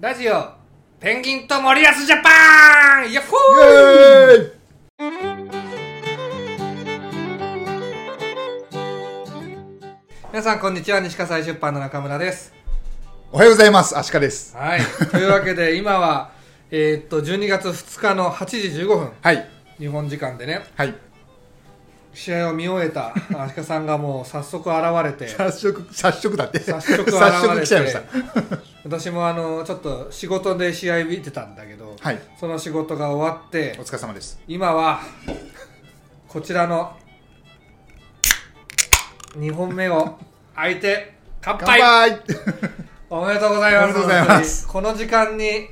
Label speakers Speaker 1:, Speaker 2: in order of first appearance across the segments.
Speaker 1: ラジオペンギンと森保ジャパンヤッホー皆さんこんにちは西葛西出版の中村です
Speaker 2: おはようございます。アシカです。
Speaker 1: はいというわけで今はえーっと12月2日の8時15分
Speaker 2: はい。
Speaker 1: 日本時間でね
Speaker 2: はい。
Speaker 1: 試合を見終えた足利さんがもう早速現れ て
Speaker 2: 早速、早速だって。
Speaker 1: 早速現れて
Speaker 2: 早速来ちゃいました。
Speaker 1: 私もあのちょっと仕事で試合見てたんだけど、
Speaker 2: はい。
Speaker 1: その仕事が終わって
Speaker 2: お疲れ様です。
Speaker 1: 今はこちらの2本目を開いて乾
Speaker 2: 乾
Speaker 1: 杯
Speaker 2: 杯
Speaker 1: おめでとうございます
Speaker 2: おめでとうございます
Speaker 1: 本当にこの時間に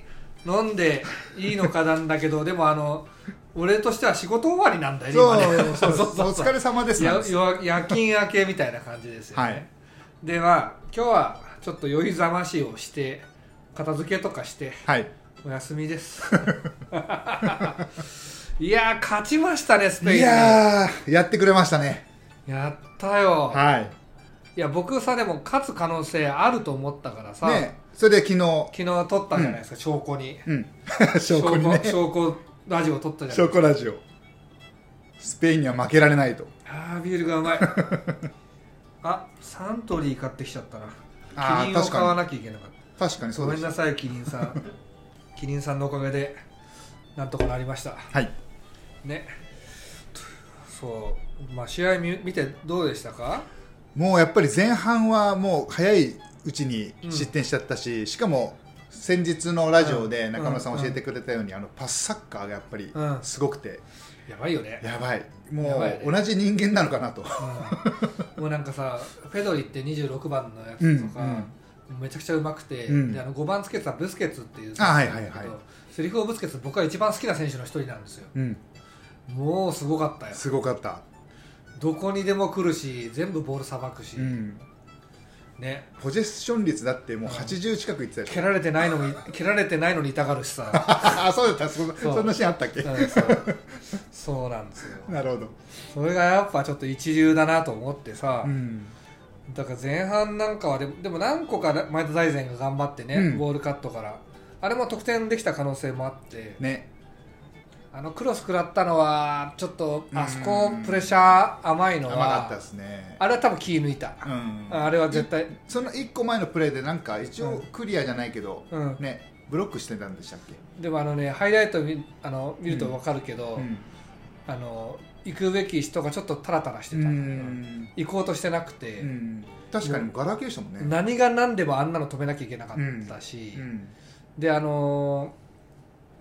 Speaker 1: 飲んでいいのかなんだけどでもあの俺としては仕事終わりなんだよね今
Speaker 2: そ
Speaker 1: ね
Speaker 2: う、そうそうお疲れ様ですなん
Speaker 1: や
Speaker 2: です。
Speaker 1: 夜夜勤明けみたいな感じですよね、
Speaker 2: はい。
Speaker 1: でまあ今日はちょっと酔いざましをして片付けとかして
Speaker 2: はい。
Speaker 1: お休みです いやー勝ちましたねスペインに
Speaker 2: いやー、やってくれましたね。
Speaker 1: やったよ、
Speaker 2: はい。
Speaker 1: い、や僕さでも勝つ可能性あると思ったからさ、
Speaker 2: ねそれで昨日、
Speaker 1: 昨日撮ったじゃないですか、証拠に
Speaker 2: うん。証拠にね。
Speaker 1: 証拠ラジオ撮ったじゃ
Speaker 2: 証
Speaker 1: ん
Speaker 2: 拠ラジオ。スペインには負けられないと。
Speaker 1: あービールがう まいあサントリー買ってきちゃったな
Speaker 2: あー
Speaker 1: キリンを
Speaker 2: 確か
Speaker 1: 買
Speaker 2: に
Speaker 1: わなきゃいけなかった
Speaker 2: 確かにそ
Speaker 1: ご
Speaker 2: うで
Speaker 1: めん
Speaker 2: す。
Speaker 1: なさいキリンさん キリンさんのおかげでなんとかなりました
Speaker 2: はい。
Speaker 1: ねそうまあ試合見見てどうでしたか
Speaker 2: もうやっぱり前半はもう早いうちに失点しちゃったし、しかも先日のラジオ
Speaker 1: う
Speaker 2: で
Speaker 1: ん
Speaker 2: 中村さん教えてくれたように、あのパスサッカーがやっぱり
Speaker 1: うん
Speaker 2: すごくて、
Speaker 1: やばいよね
Speaker 2: やばい
Speaker 1: や
Speaker 2: も
Speaker 1: ばいね
Speaker 2: う同じ人間なのかなと
Speaker 1: うんもうなんかさペドリって26番のやつとか、めちゃくちゃうまくて、
Speaker 2: うん
Speaker 1: であの5番つけてたブスケツっていう
Speaker 2: あはいはいはい
Speaker 1: セリフをブスケツ僕は一番好きな選手の一人なんですよ
Speaker 2: うん
Speaker 1: もうすごかったよ
Speaker 2: すごかった、
Speaker 1: どこにでも来るし全部ボールさばくし、
Speaker 2: うん、
Speaker 1: ね
Speaker 2: ポジション率だってもう80近くいってたでし
Speaker 1: 蹴
Speaker 2: ょ、
Speaker 1: られてないのに蹴られてないのに痛がるしさ、
Speaker 2: あそうだったそ
Speaker 1: そうん
Speaker 2: なシーンあったっけ、
Speaker 1: うんそうそうなんですよ
Speaker 2: なるほど、
Speaker 1: それがやっぱちょっと一流だなと思ってさ、
Speaker 2: うん、
Speaker 1: だから前半なんかはでもでも何個か前田大然が頑張ってね、
Speaker 2: うん
Speaker 1: ボールカットからあれも得点できた可能性もあって
Speaker 2: ね
Speaker 1: あのクロス食らったのはちょっと
Speaker 2: うん
Speaker 1: あそこプレッシャー甘いの
Speaker 2: 甘
Speaker 1: は
Speaker 2: かったですね
Speaker 1: あれは多分気抜いた、
Speaker 2: うん
Speaker 1: あれは絶対
Speaker 2: その1個前のプレーでなんか一応クリアじゃないけど、
Speaker 1: うん
Speaker 2: ねブロックしてたんでしたっけ
Speaker 1: でもあのねハイライト見あの見ると分かるけど、
Speaker 2: うん
Speaker 1: あの行くべき人がちょっとタラタラしてた、
Speaker 2: うん
Speaker 1: 行こうとしてなくて、
Speaker 2: うん確かにガラケーでしたもんね
Speaker 1: 何が何でもあんなの止めなきゃいけなかったし、
Speaker 2: うん
Speaker 1: であのー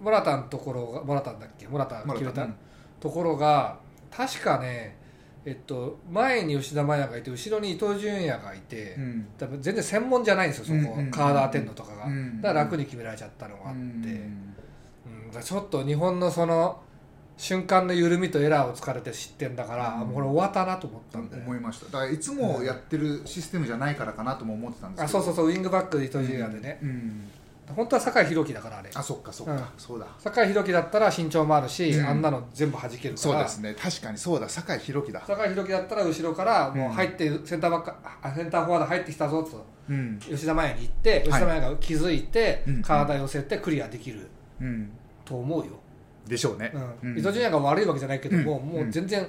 Speaker 1: モラタのところがモラタンだっけモラタン
Speaker 2: まだ
Speaker 1: 決めた、
Speaker 2: うん
Speaker 1: ところが確かねえっと前に吉田麻也がいて後ろに伊東純也がいて、
Speaker 2: うん
Speaker 1: 多分全然専門じゃないんですよそこは、
Speaker 2: うんうんうんうん
Speaker 1: カーダーテンドとかが、
Speaker 2: うん
Speaker 1: だから楽に決められちゃったのがあって、う
Speaker 2: うんん
Speaker 1: だからちょっと日本のその瞬間の緩みとエラーを突かれて失点だから、
Speaker 2: うん
Speaker 1: もうこれ終わったなと思ったんだよね
Speaker 2: 思いましただからいつもやってるシステムじゃないからかなとも思ってたんです
Speaker 1: あ
Speaker 2: けど
Speaker 1: そうそうそうウィングバックで伊東純也でね、
Speaker 2: うん
Speaker 1: 本当は酒井宏樹だからあれ
Speaker 2: あそっかそっかそうだ
Speaker 1: 酒井宏樹だったら身長もあるし、
Speaker 2: うん
Speaker 1: あんなの全部弾けるから
Speaker 2: そうですね確かにそうだ酒井宏樹だ
Speaker 1: 酒井宏樹だったら後ろからもう入ってセンターバックあセンターフォワード入ってきたぞと
Speaker 2: うん
Speaker 1: 吉田麻也に行って吉田麻也が気づいて、
Speaker 2: うん
Speaker 1: 体寄せてクリアできる
Speaker 2: うん
Speaker 1: と思うよ、
Speaker 2: でしょうね
Speaker 1: うん
Speaker 2: うん
Speaker 1: 伊東純也が悪いわけじゃないけども、
Speaker 2: うん
Speaker 1: もう全然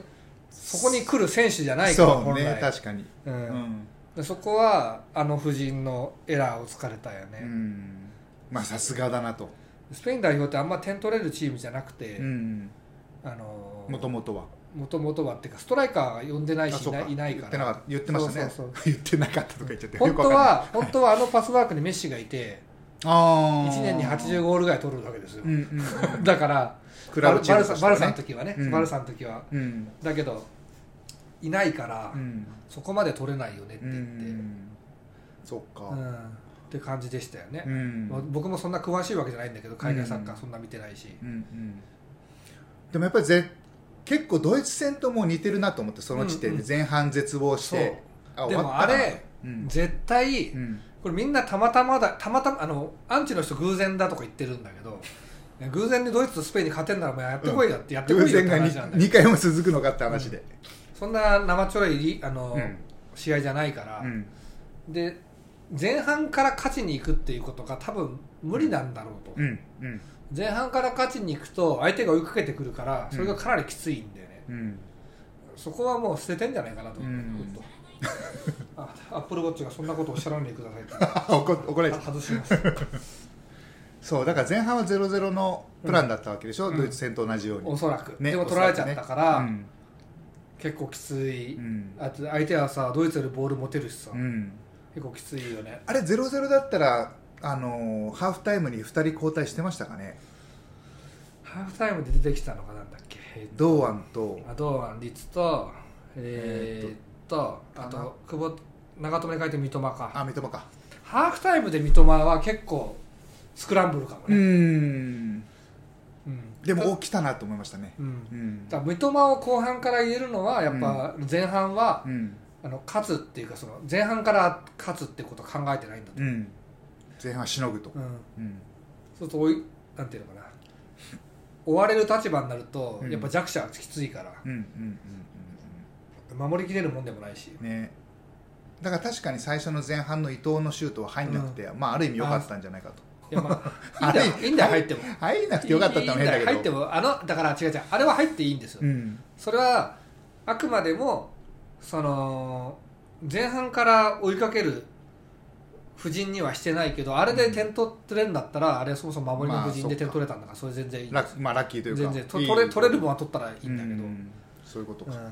Speaker 1: そこに来る選手じゃないから
Speaker 2: そうね確かに
Speaker 1: う
Speaker 2: うんん
Speaker 1: でそこはあの夫人のエラーを突かれたよね、
Speaker 2: うんまあさすがだなと
Speaker 1: スペイン代表ってあんま点取れるチームじゃなくて、
Speaker 2: うん
Speaker 1: あのー
Speaker 2: もともとは
Speaker 1: もともとはっていうかストライカーが呼んでない
Speaker 2: あ
Speaker 1: し
Speaker 2: そ
Speaker 1: いうな
Speaker 2: か
Speaker 1: いいない
Speaker 2: 言
Speaker 1: か
Speaker 2: ってな
Speaker 1: ら
Speaker 2: かった言ってましたね
Speaker 1: そうそう
Speaker 2: 言ってなかったとか言っちゃって
Speaker 1: 本
Speaker 2: よくわ
Speaker 1: 当
Speaker 2: かんない
Speaker 1: は本当はあのパスワークにメッシがいて
Speaker 2: ああ
Speaker 1: 1年に80ゴールぐらい取るわけですよ
Speaker 2: うんうんうん
Speaker 1: だから
Speaker 2: ク
Speaker 1: バ
Speaker 2: ラ
Speaker 1: ル
Speaker 2: ブチ
Speaker 1: バ
Speaker 2: ー
Speaker 1: ル
Speaker 2: ム
Speaker 1: サ
Speaker 2: として
Speaker 1: バルサの時は
Speaker 2: はね
Speaker 1: ね
Speaker 2: うん
Speaker 1: バルサの時は
Speaker 2: うん
Speaker 1: だけどいないから
Speaker 2: うん
Speaker 1: そこまで取れないよねって
Speaker 2: う
Speaker 1: 言って
Speaker 2: んそっ
Speaker 1: う
Speaker 2: か
Speaker 1: んって感じでしたよね
Speaker 2: うん
Speaker 1: まあ僕もそんな詳しいわけじゃないんだけど海外サッカー
Speaker 2: うん
Speaker 1: そんな見てないし
Speaker 2: うんうんでもやっぱりぜ結構ドイツ戦とも似てるなと思ってその時
Speaker 1: う
Speaker 2: 点
Speaker 1: んう
Speaker 2: で前半絶望し
Speaker 1: そう
Speaker 2: てあ
Speaker 1: で
Speaker 2: 終
Speaker 1: も
Speaker 2: わ
Speaker 1: あ
Speaker 2: ったな
Speaker 1: れ
Speaker 2: うん
Speaker 1: 絶対
Speaker 2: うん
Speaker 1: これみんなたまたまだたまたまあのアンチの人偶然だとか言ってるんだけどいや偶然にドイツとスペインに勝てんならもうやってこいよって、やってこ
Speaker 2: 偶
Speaker 1: いよっ
Speaker 2: 然
Speaker 1: て
Speaker 2: が
Speaker 1: 話なんだけど
Speaker 2: 2, 回も続くのかって話で
Speaker 1: そんな生ちょろいあの、
Speaker 2: うん
Speaker 1: 試合じゃないから、
Speaker 2: うん
Speaker 1: で前半から勝ちに行くっていうことが多分無理なんだろうと、
Speaker 2: うんうん
Speaker 1: 前半から勝ちに行くと相手が追いかけてくるからそれがかなりきついんだよね、
Speaker 2: うん
Speaker 1: そこはもう捨ててんじゃないかなと、
Speaker 2: うん
Speaker 1: ほんとあアップルウォッチがそんなことをおっしゃらないでください と
Speaker 2: 怒怒られちゃう
Speaker 1: 外します
Speaker 2: そうだから前半は0-0のプランだったわけでしょ、
Speaker 1: うん
Speaker 2: ドイツ戦と同じように、
Speaker 1: おそらく、
Speaker 2: ね
Speaker 1: でも取られちゃったから、
Speaker 2: うん
Speaker 1: 結構きつい、
Speaker 2: うん
Speaker 1: あと相手はさドイツよりボール持てるしさ、
Speaker 2: うん
Speaker 1: 結構きついよね
Speaker 2: あれ0-0だったらあのーハーフタイムに2人交代してましたかね
Speaker 1: ハーフタイムで出てきたのがなんだっけえーと
Speaker 2: 堂安と
Speaker 1: あ堂安律とえーっと
Speaker 2: えーっ
Speaker 1: あ
Speaker 2: と
Speaker 1: と久保長友に書いて三笘か
Speaker 2: あ三笘か
Speaker 1: ハーフタイムで三笘は結構スクランブルかも
Speaker 2: う
Speaker 1: ね、
Speaker 2: ん
Speaker 1: うん
Speaker 2: でもお来たなと思いましたね
Speaker 1: うん
Speaker 2: うん
Speaker 1: だから三笘を後半から入れるのはやっぱ前半は、
Speaker 2: うん、
Speaker 1: あの勝つっていうかその前半から勝つってことを考えてないんだと、
Speaker 2: うん、前半しのぐと、
Speaker 1: うん、
Speaker 2: うん
Speaker 1: そうすると追いなんていうのかな追われる立場になると、
Speaker 2: うん
Speaker 1: やっぱ弱者はきついから
Speaker 2: うんうんうん
Speaker 1: 守りきれるもんでもない し
Speaker 2: うんうんねだから確かに最初の前半の伊藤のシュートは入んなくて、まあある意味良かったんじゃないかと
Speaker 1: いやまあいい
Speaker 2: あ
Speaker 1: んだ
Speaker 2: れ
Speaker 1: よいいんだよ入っても
Speaker 2: 入んなくて よかったってのも変だけど
Speaker 1: いいんだよ入ってもあのだから違う違うあれは入っていいんですよ、
Speaker 2: うん
Speaker 1: それはあくまでもその前半から追いかける布陣にはしてないけどあれで点取ってるんだったらあれはそもそも守りの布陣で点取れたんだからそれ全然いいん
Speaker 2: ラ
Speaker 1: です
Speaker 2: ッまあラッキーというか
Speaker 1: 全然と
Speaker 2: いい
Speaker 1: 取れ取れるもんは取ったらいいんだけど、
Speaker 2: うそういうことか、なる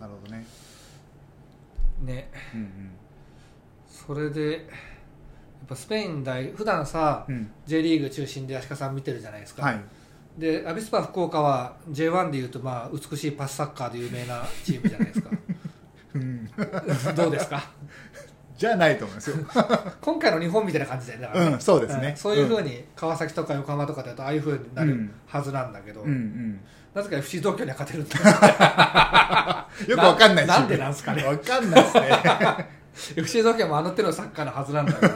Speaker 2: ほどね、
Speaker 1: うんね
Speaker 2: うん
Speaker 1: それでやっぱスペイン代普段さ
Speaker 2: うん
Speaker 1: J リーグ中心で足利さん見てるじゃないですか、
Speaker 2: はい、
Speaker 1: でアビスパ福岡は J1 でいうと、まあ、美しいパスサッカーで有名なチームじゃないです
Speaker 2: うん、
Speaker 1: かどうですか
Speaker 2: じゃないと思いますよ、
Speaker 1: 今回の日本みたいな感じだよねだから
Speaker 2: う
Speaker 1: ね
Speaker 2: ん、そうですね、
Speaker 1: うんそういうふう
Speaker 2: に、
Speaker 1: に川崎とか横浜とかだとああいうふうにな
Speaker 2: う
Speaker 1: る
Speaker 2: ん
Speaker 1: はずなんだけど、
Speaker 2: うんうん、
Speaker 1: なぜか FC 東京には勝てるん だ
Speaker 2: よくわかんない
Speaker 1: ななんでなんすかね
Speaker 2: わかんない ですね
Speaker 1: FC 東京もあの手のサッカーのはずなんだけど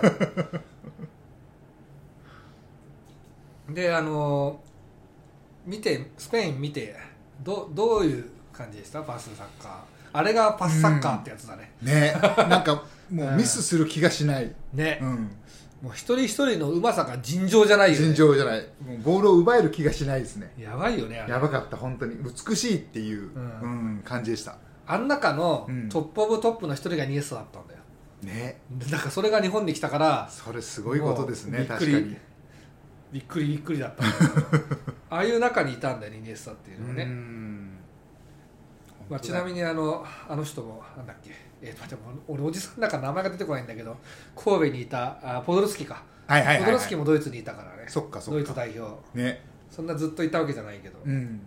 Speaker 1: であの見てスペイン見てどどういう感じでしたパスサッカーあれがパスサッカーってやつだね、
Speaker 2: ねなんかもうミスする気がしない、
Speaker 1: ね
Speaker 2: う、ん、
Speaker 1: もう一人一人のうまさが尋常じゃないよ、ね、
Speaker 2: 尋常じゃないもうボールを奪える気がしないですね
Speaker 1: やばいよねあれ
Speaker 2: やばかった本当に美しいっていう、
Speaker 1: う
Speaker 2: うんん感じでした
Speaker 1: あん中の
Speaker 2: うん
Speaker 1: トップオブトップの一人がニエスタだったんだよ
Speaker 2: ね
Speaker 1: でだからそれが日本に来たから
Speaker 2: それすごいことです
Speaker 1: もう
Speaker 2: ね
Speaker 1: びっく
Speaker 2: 確
Speaker 1: り
Speaker 2: かに
Speaker 1: びっくりびっくりだ ったんだけどああいう中にいたんだよねイニエスタっていうのはね、
Speaker 2: ん
Speaker 1: まあ、ちなみ
Speaker 2: に
Speaker 1: にあのあの人もなんだっけえーと待って俺俺おじさんだから名前が出てこないんだけど神戸にいたあポドルスキか、
Speaker 2: はいはいはい、
Speaker 1: ポド
Speaker 2: は
Speaker 1: ルスキ
Speaker 2: い、
Speaker 1: もドイツにいたからね
Speaker 2: そっかそっか
Speaker 1: ドイツ代表
Speaker 2: ね
Speaker 1: そんなずっといたわけじゃないけど、
Speaker 2: う
Speaker 1: ね
Speaker 2: ん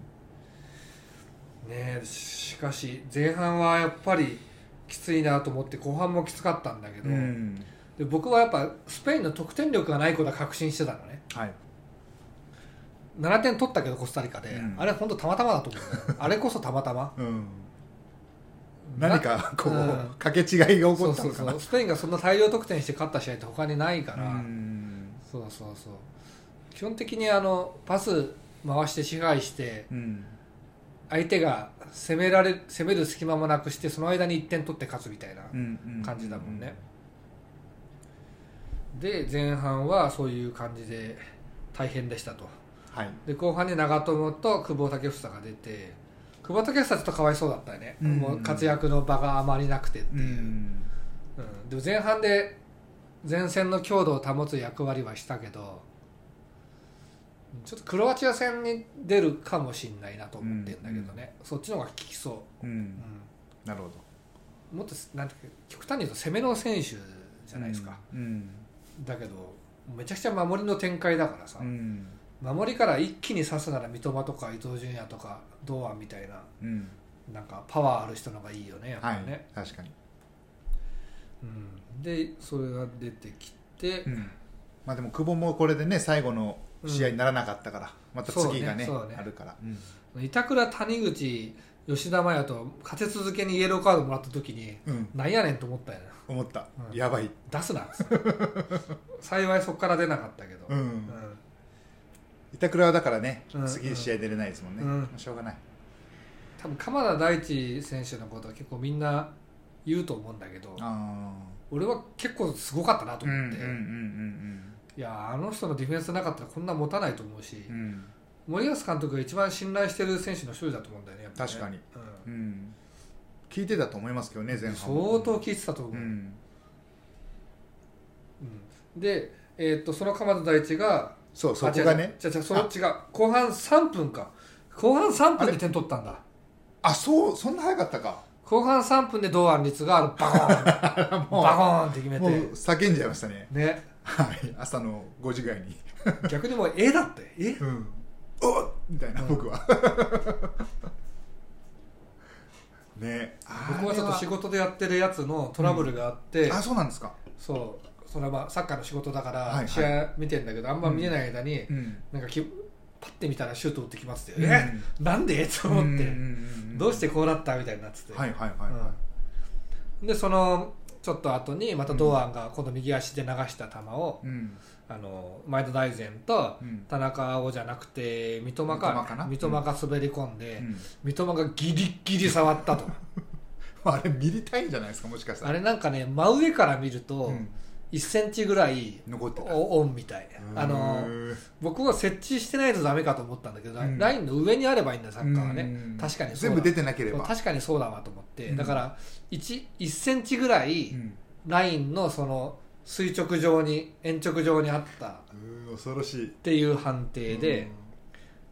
Speaker 1: えしかし前半はやっぱりきついなと思って後半もきつかったんだけど、
Speaker 2: うん
Speaker 1: で僕はやっぱスペインの得点力がないことは確信してたのね
Speaker 2: はい
Speaker 1: 7点取ったけどコスタリカで、
Speaker 2: うん
Speaker 1: あれ本当たまたまだと思う よあれこそたまたま
Speaker 2: うん何かこう、
Speaker 1: うん
Speaker 2: 掛け違いが
Speaker 1: そ
Speaker 2: 起こ
Speaker 1: う
Speaker 2: った
Speaker 1: そ
Speaker 2: の
Speaker 1: う
Speaker 2: か
Speaker 1: そ
Speaker 2: な
Speaker 1: うスペインがそんな大量得点して勝った試合って他にないから、
Speaker 2: うん
Speaker 1: そうそうそう基本的にあのパス回して支配して
Speaker 2: うん
Speaker 1: 相手が攻められ攻める隙間もなくしてその間に1点取って勝つみたいな
Speaker 2: うん
Speaker 1: 感じだもんね、で前半はそういう感じで大変でしたと
Speaker 2: はい
Speaker 1: で後半に長友と久保建英が出て久保建英はちょっとかわいそうだったよね、
Speaker 2: うん
Speaker 1: もう活躍の場があまりなくてっていう、うんでも前半で前線の強度を保つ役割はしたけどちょっとクロアチア戦に出るかもしんないなと思ってんだけどね、そっちの方が効きそうう、
Speaker 2: んなるほど
Speaker 1: うんもっとなんていうか極端に言うと攻めの選手じゃないですか、
Speaker 2: うん
Speaker 1: だけどめちゃくちゃ守りの展開だからさ、
Speaker 2: うん
Speaker 1: 守りから一気に刺すなら三笘とか伊東純也とか堂安みたいな
Speaker 2: うん
Speaker 1: なんかパワーある人の方がいいよねやっぱ
Speaker 2: は
Speaker 1: りね、
Speaker 2: い確かに
Speaker 1: うん、でそれが出てきて、
Speaker 2: うんまあでも久保もこれでね最後の試合にならなかったからまた次がね
Speaker 1: そうねそうね
Speaker 2: あるから
Speaker 1: 板倉谷口吉田麻也と勝て続けにイエローカードもらった時に
Speaker 2: うん
Speaker 1: なんやねんと思ったよな
Speaker 2: 思った
Speaker 1: うん
Speaker 2: やばい
Speaker 1: 出すなっつ って幸いそこから出なかったけど、
Speaker 2: う
Speaker 1: うんん
Speaker 2: 板倉はだからね
Speaker 1: うん
Speaker 2: 次試合出れないですもんね
Speaker 1: うん
Speaker 2: まあしょうがない
Speaker 1: 多分鎌田大地選手のことは結構みんな言うと思うんだけど
Speaker 2: あ
Speaker 1: 俺は結構すごかったな
Speaker 2: あ
Speaker 1: と
Speaker 2: うんうん
Speaker 1: 思って、いやあの人のディフェンスなかったらこんな持たないと思うし、
Speaker 2: うんうんうん
Speaker 1: 森保監督が一番信頼してる選手の一人だと思うんだよねやっぱね
Speaker 2: 確かに、
Speaker 1: うん
Speaker 2: うん聞いてたと思いますけどね前半
Speaker 1: 相当聞いてたと思う、
Speaker 2: う
Speaker 1: うん
Speaker 2: ん
Speaker 1: で、えーっとその鎌田大地が
Speaker 2: そうそこがね
Speaker 1: あ違う違う違うその違う後半3分か後半3分で点取ったんだ
Speaker 2: あそうそんな早かったか
Speaker 1: 後半3分で堂安律があのバコーン
Speaker 2: もう
Speaker 1: バコーンって決め
Speaker 2: もう
Speaker 1: て
Speaker 2: 叫んじゃいましたね
Speaker 1: ね
Speaker 2: はい朝の5時ぐらいに
Speaker 1: 逆にもうえだってえ
Speaker 2: うんおっみたいな、
Speaker 1: うん
Speaker 2: 僕は ね
Speaker 1: 僕はちょっと仕事でやってるやつのトラブルがあって、
Speaker 2: あそうなんですか
Speaker 1: そうそれはまあサッカーの仕事だか
Speaker 2: はいは
Speaker 1: ら
Speaker 2: い
Speaker 1: 試合見てんだけど、あんま見えない間に、
Speaker 2: うん
Speaker 1: なんかきパッて見たらシュート打ってきますって、
Speaker 2: うん
Speaker 1: えなんで と思って、どうしててこうなったみたいになってて、
Speaker 2: はいはいはいは
Speaker 1: うんでそのちょっと後にまた堂安が今度右足で流した球を、
Speaker 2: いうん
Speaker 1: あの前田大然と
Speaker 2: うん
Speaker 1: 田中碧じゃなくて三笘か
Speaker 2: 三笘かな
Speaker 1: 三笘が滑り込んで、
Speaker 2: うん
Speaker 1: 三笘がギリギリ触ったと
Speaker 2: あれ見りたいんじゃないですかもしかした
Speaker 1: あ
Speaker 2: ら
Speaker 1: れなんかね真上から見ると
Speaker 2: うん
Speaker 1: 1センチぐらい
Speaker 2: 残ってた
Speaker 1: おオンみたいあの
Speaker 2: うん
Speaker 1: 僕は設置してないとダメかと思ったんだけど、
Speaker 2: うん
Speaker 1: ラインの上にあればいいんだよサッカーはね、
Speaker 2: うん
Speaker 1: 確かにそう
Speaker 2: 全
Speaker 1: だ
Speaker 2: 部出てなければ
Speaker 1: 確かにそうだわと思って、
Speaker 2: うん
Speaker 1: だから 1, 1センチぐらい
Speaker 2: うん
Speaker 1: ラインのその垂直上に延直上にあったっ
Speaker 2: うー恐ろしい
Speaker 1: ていう判定で、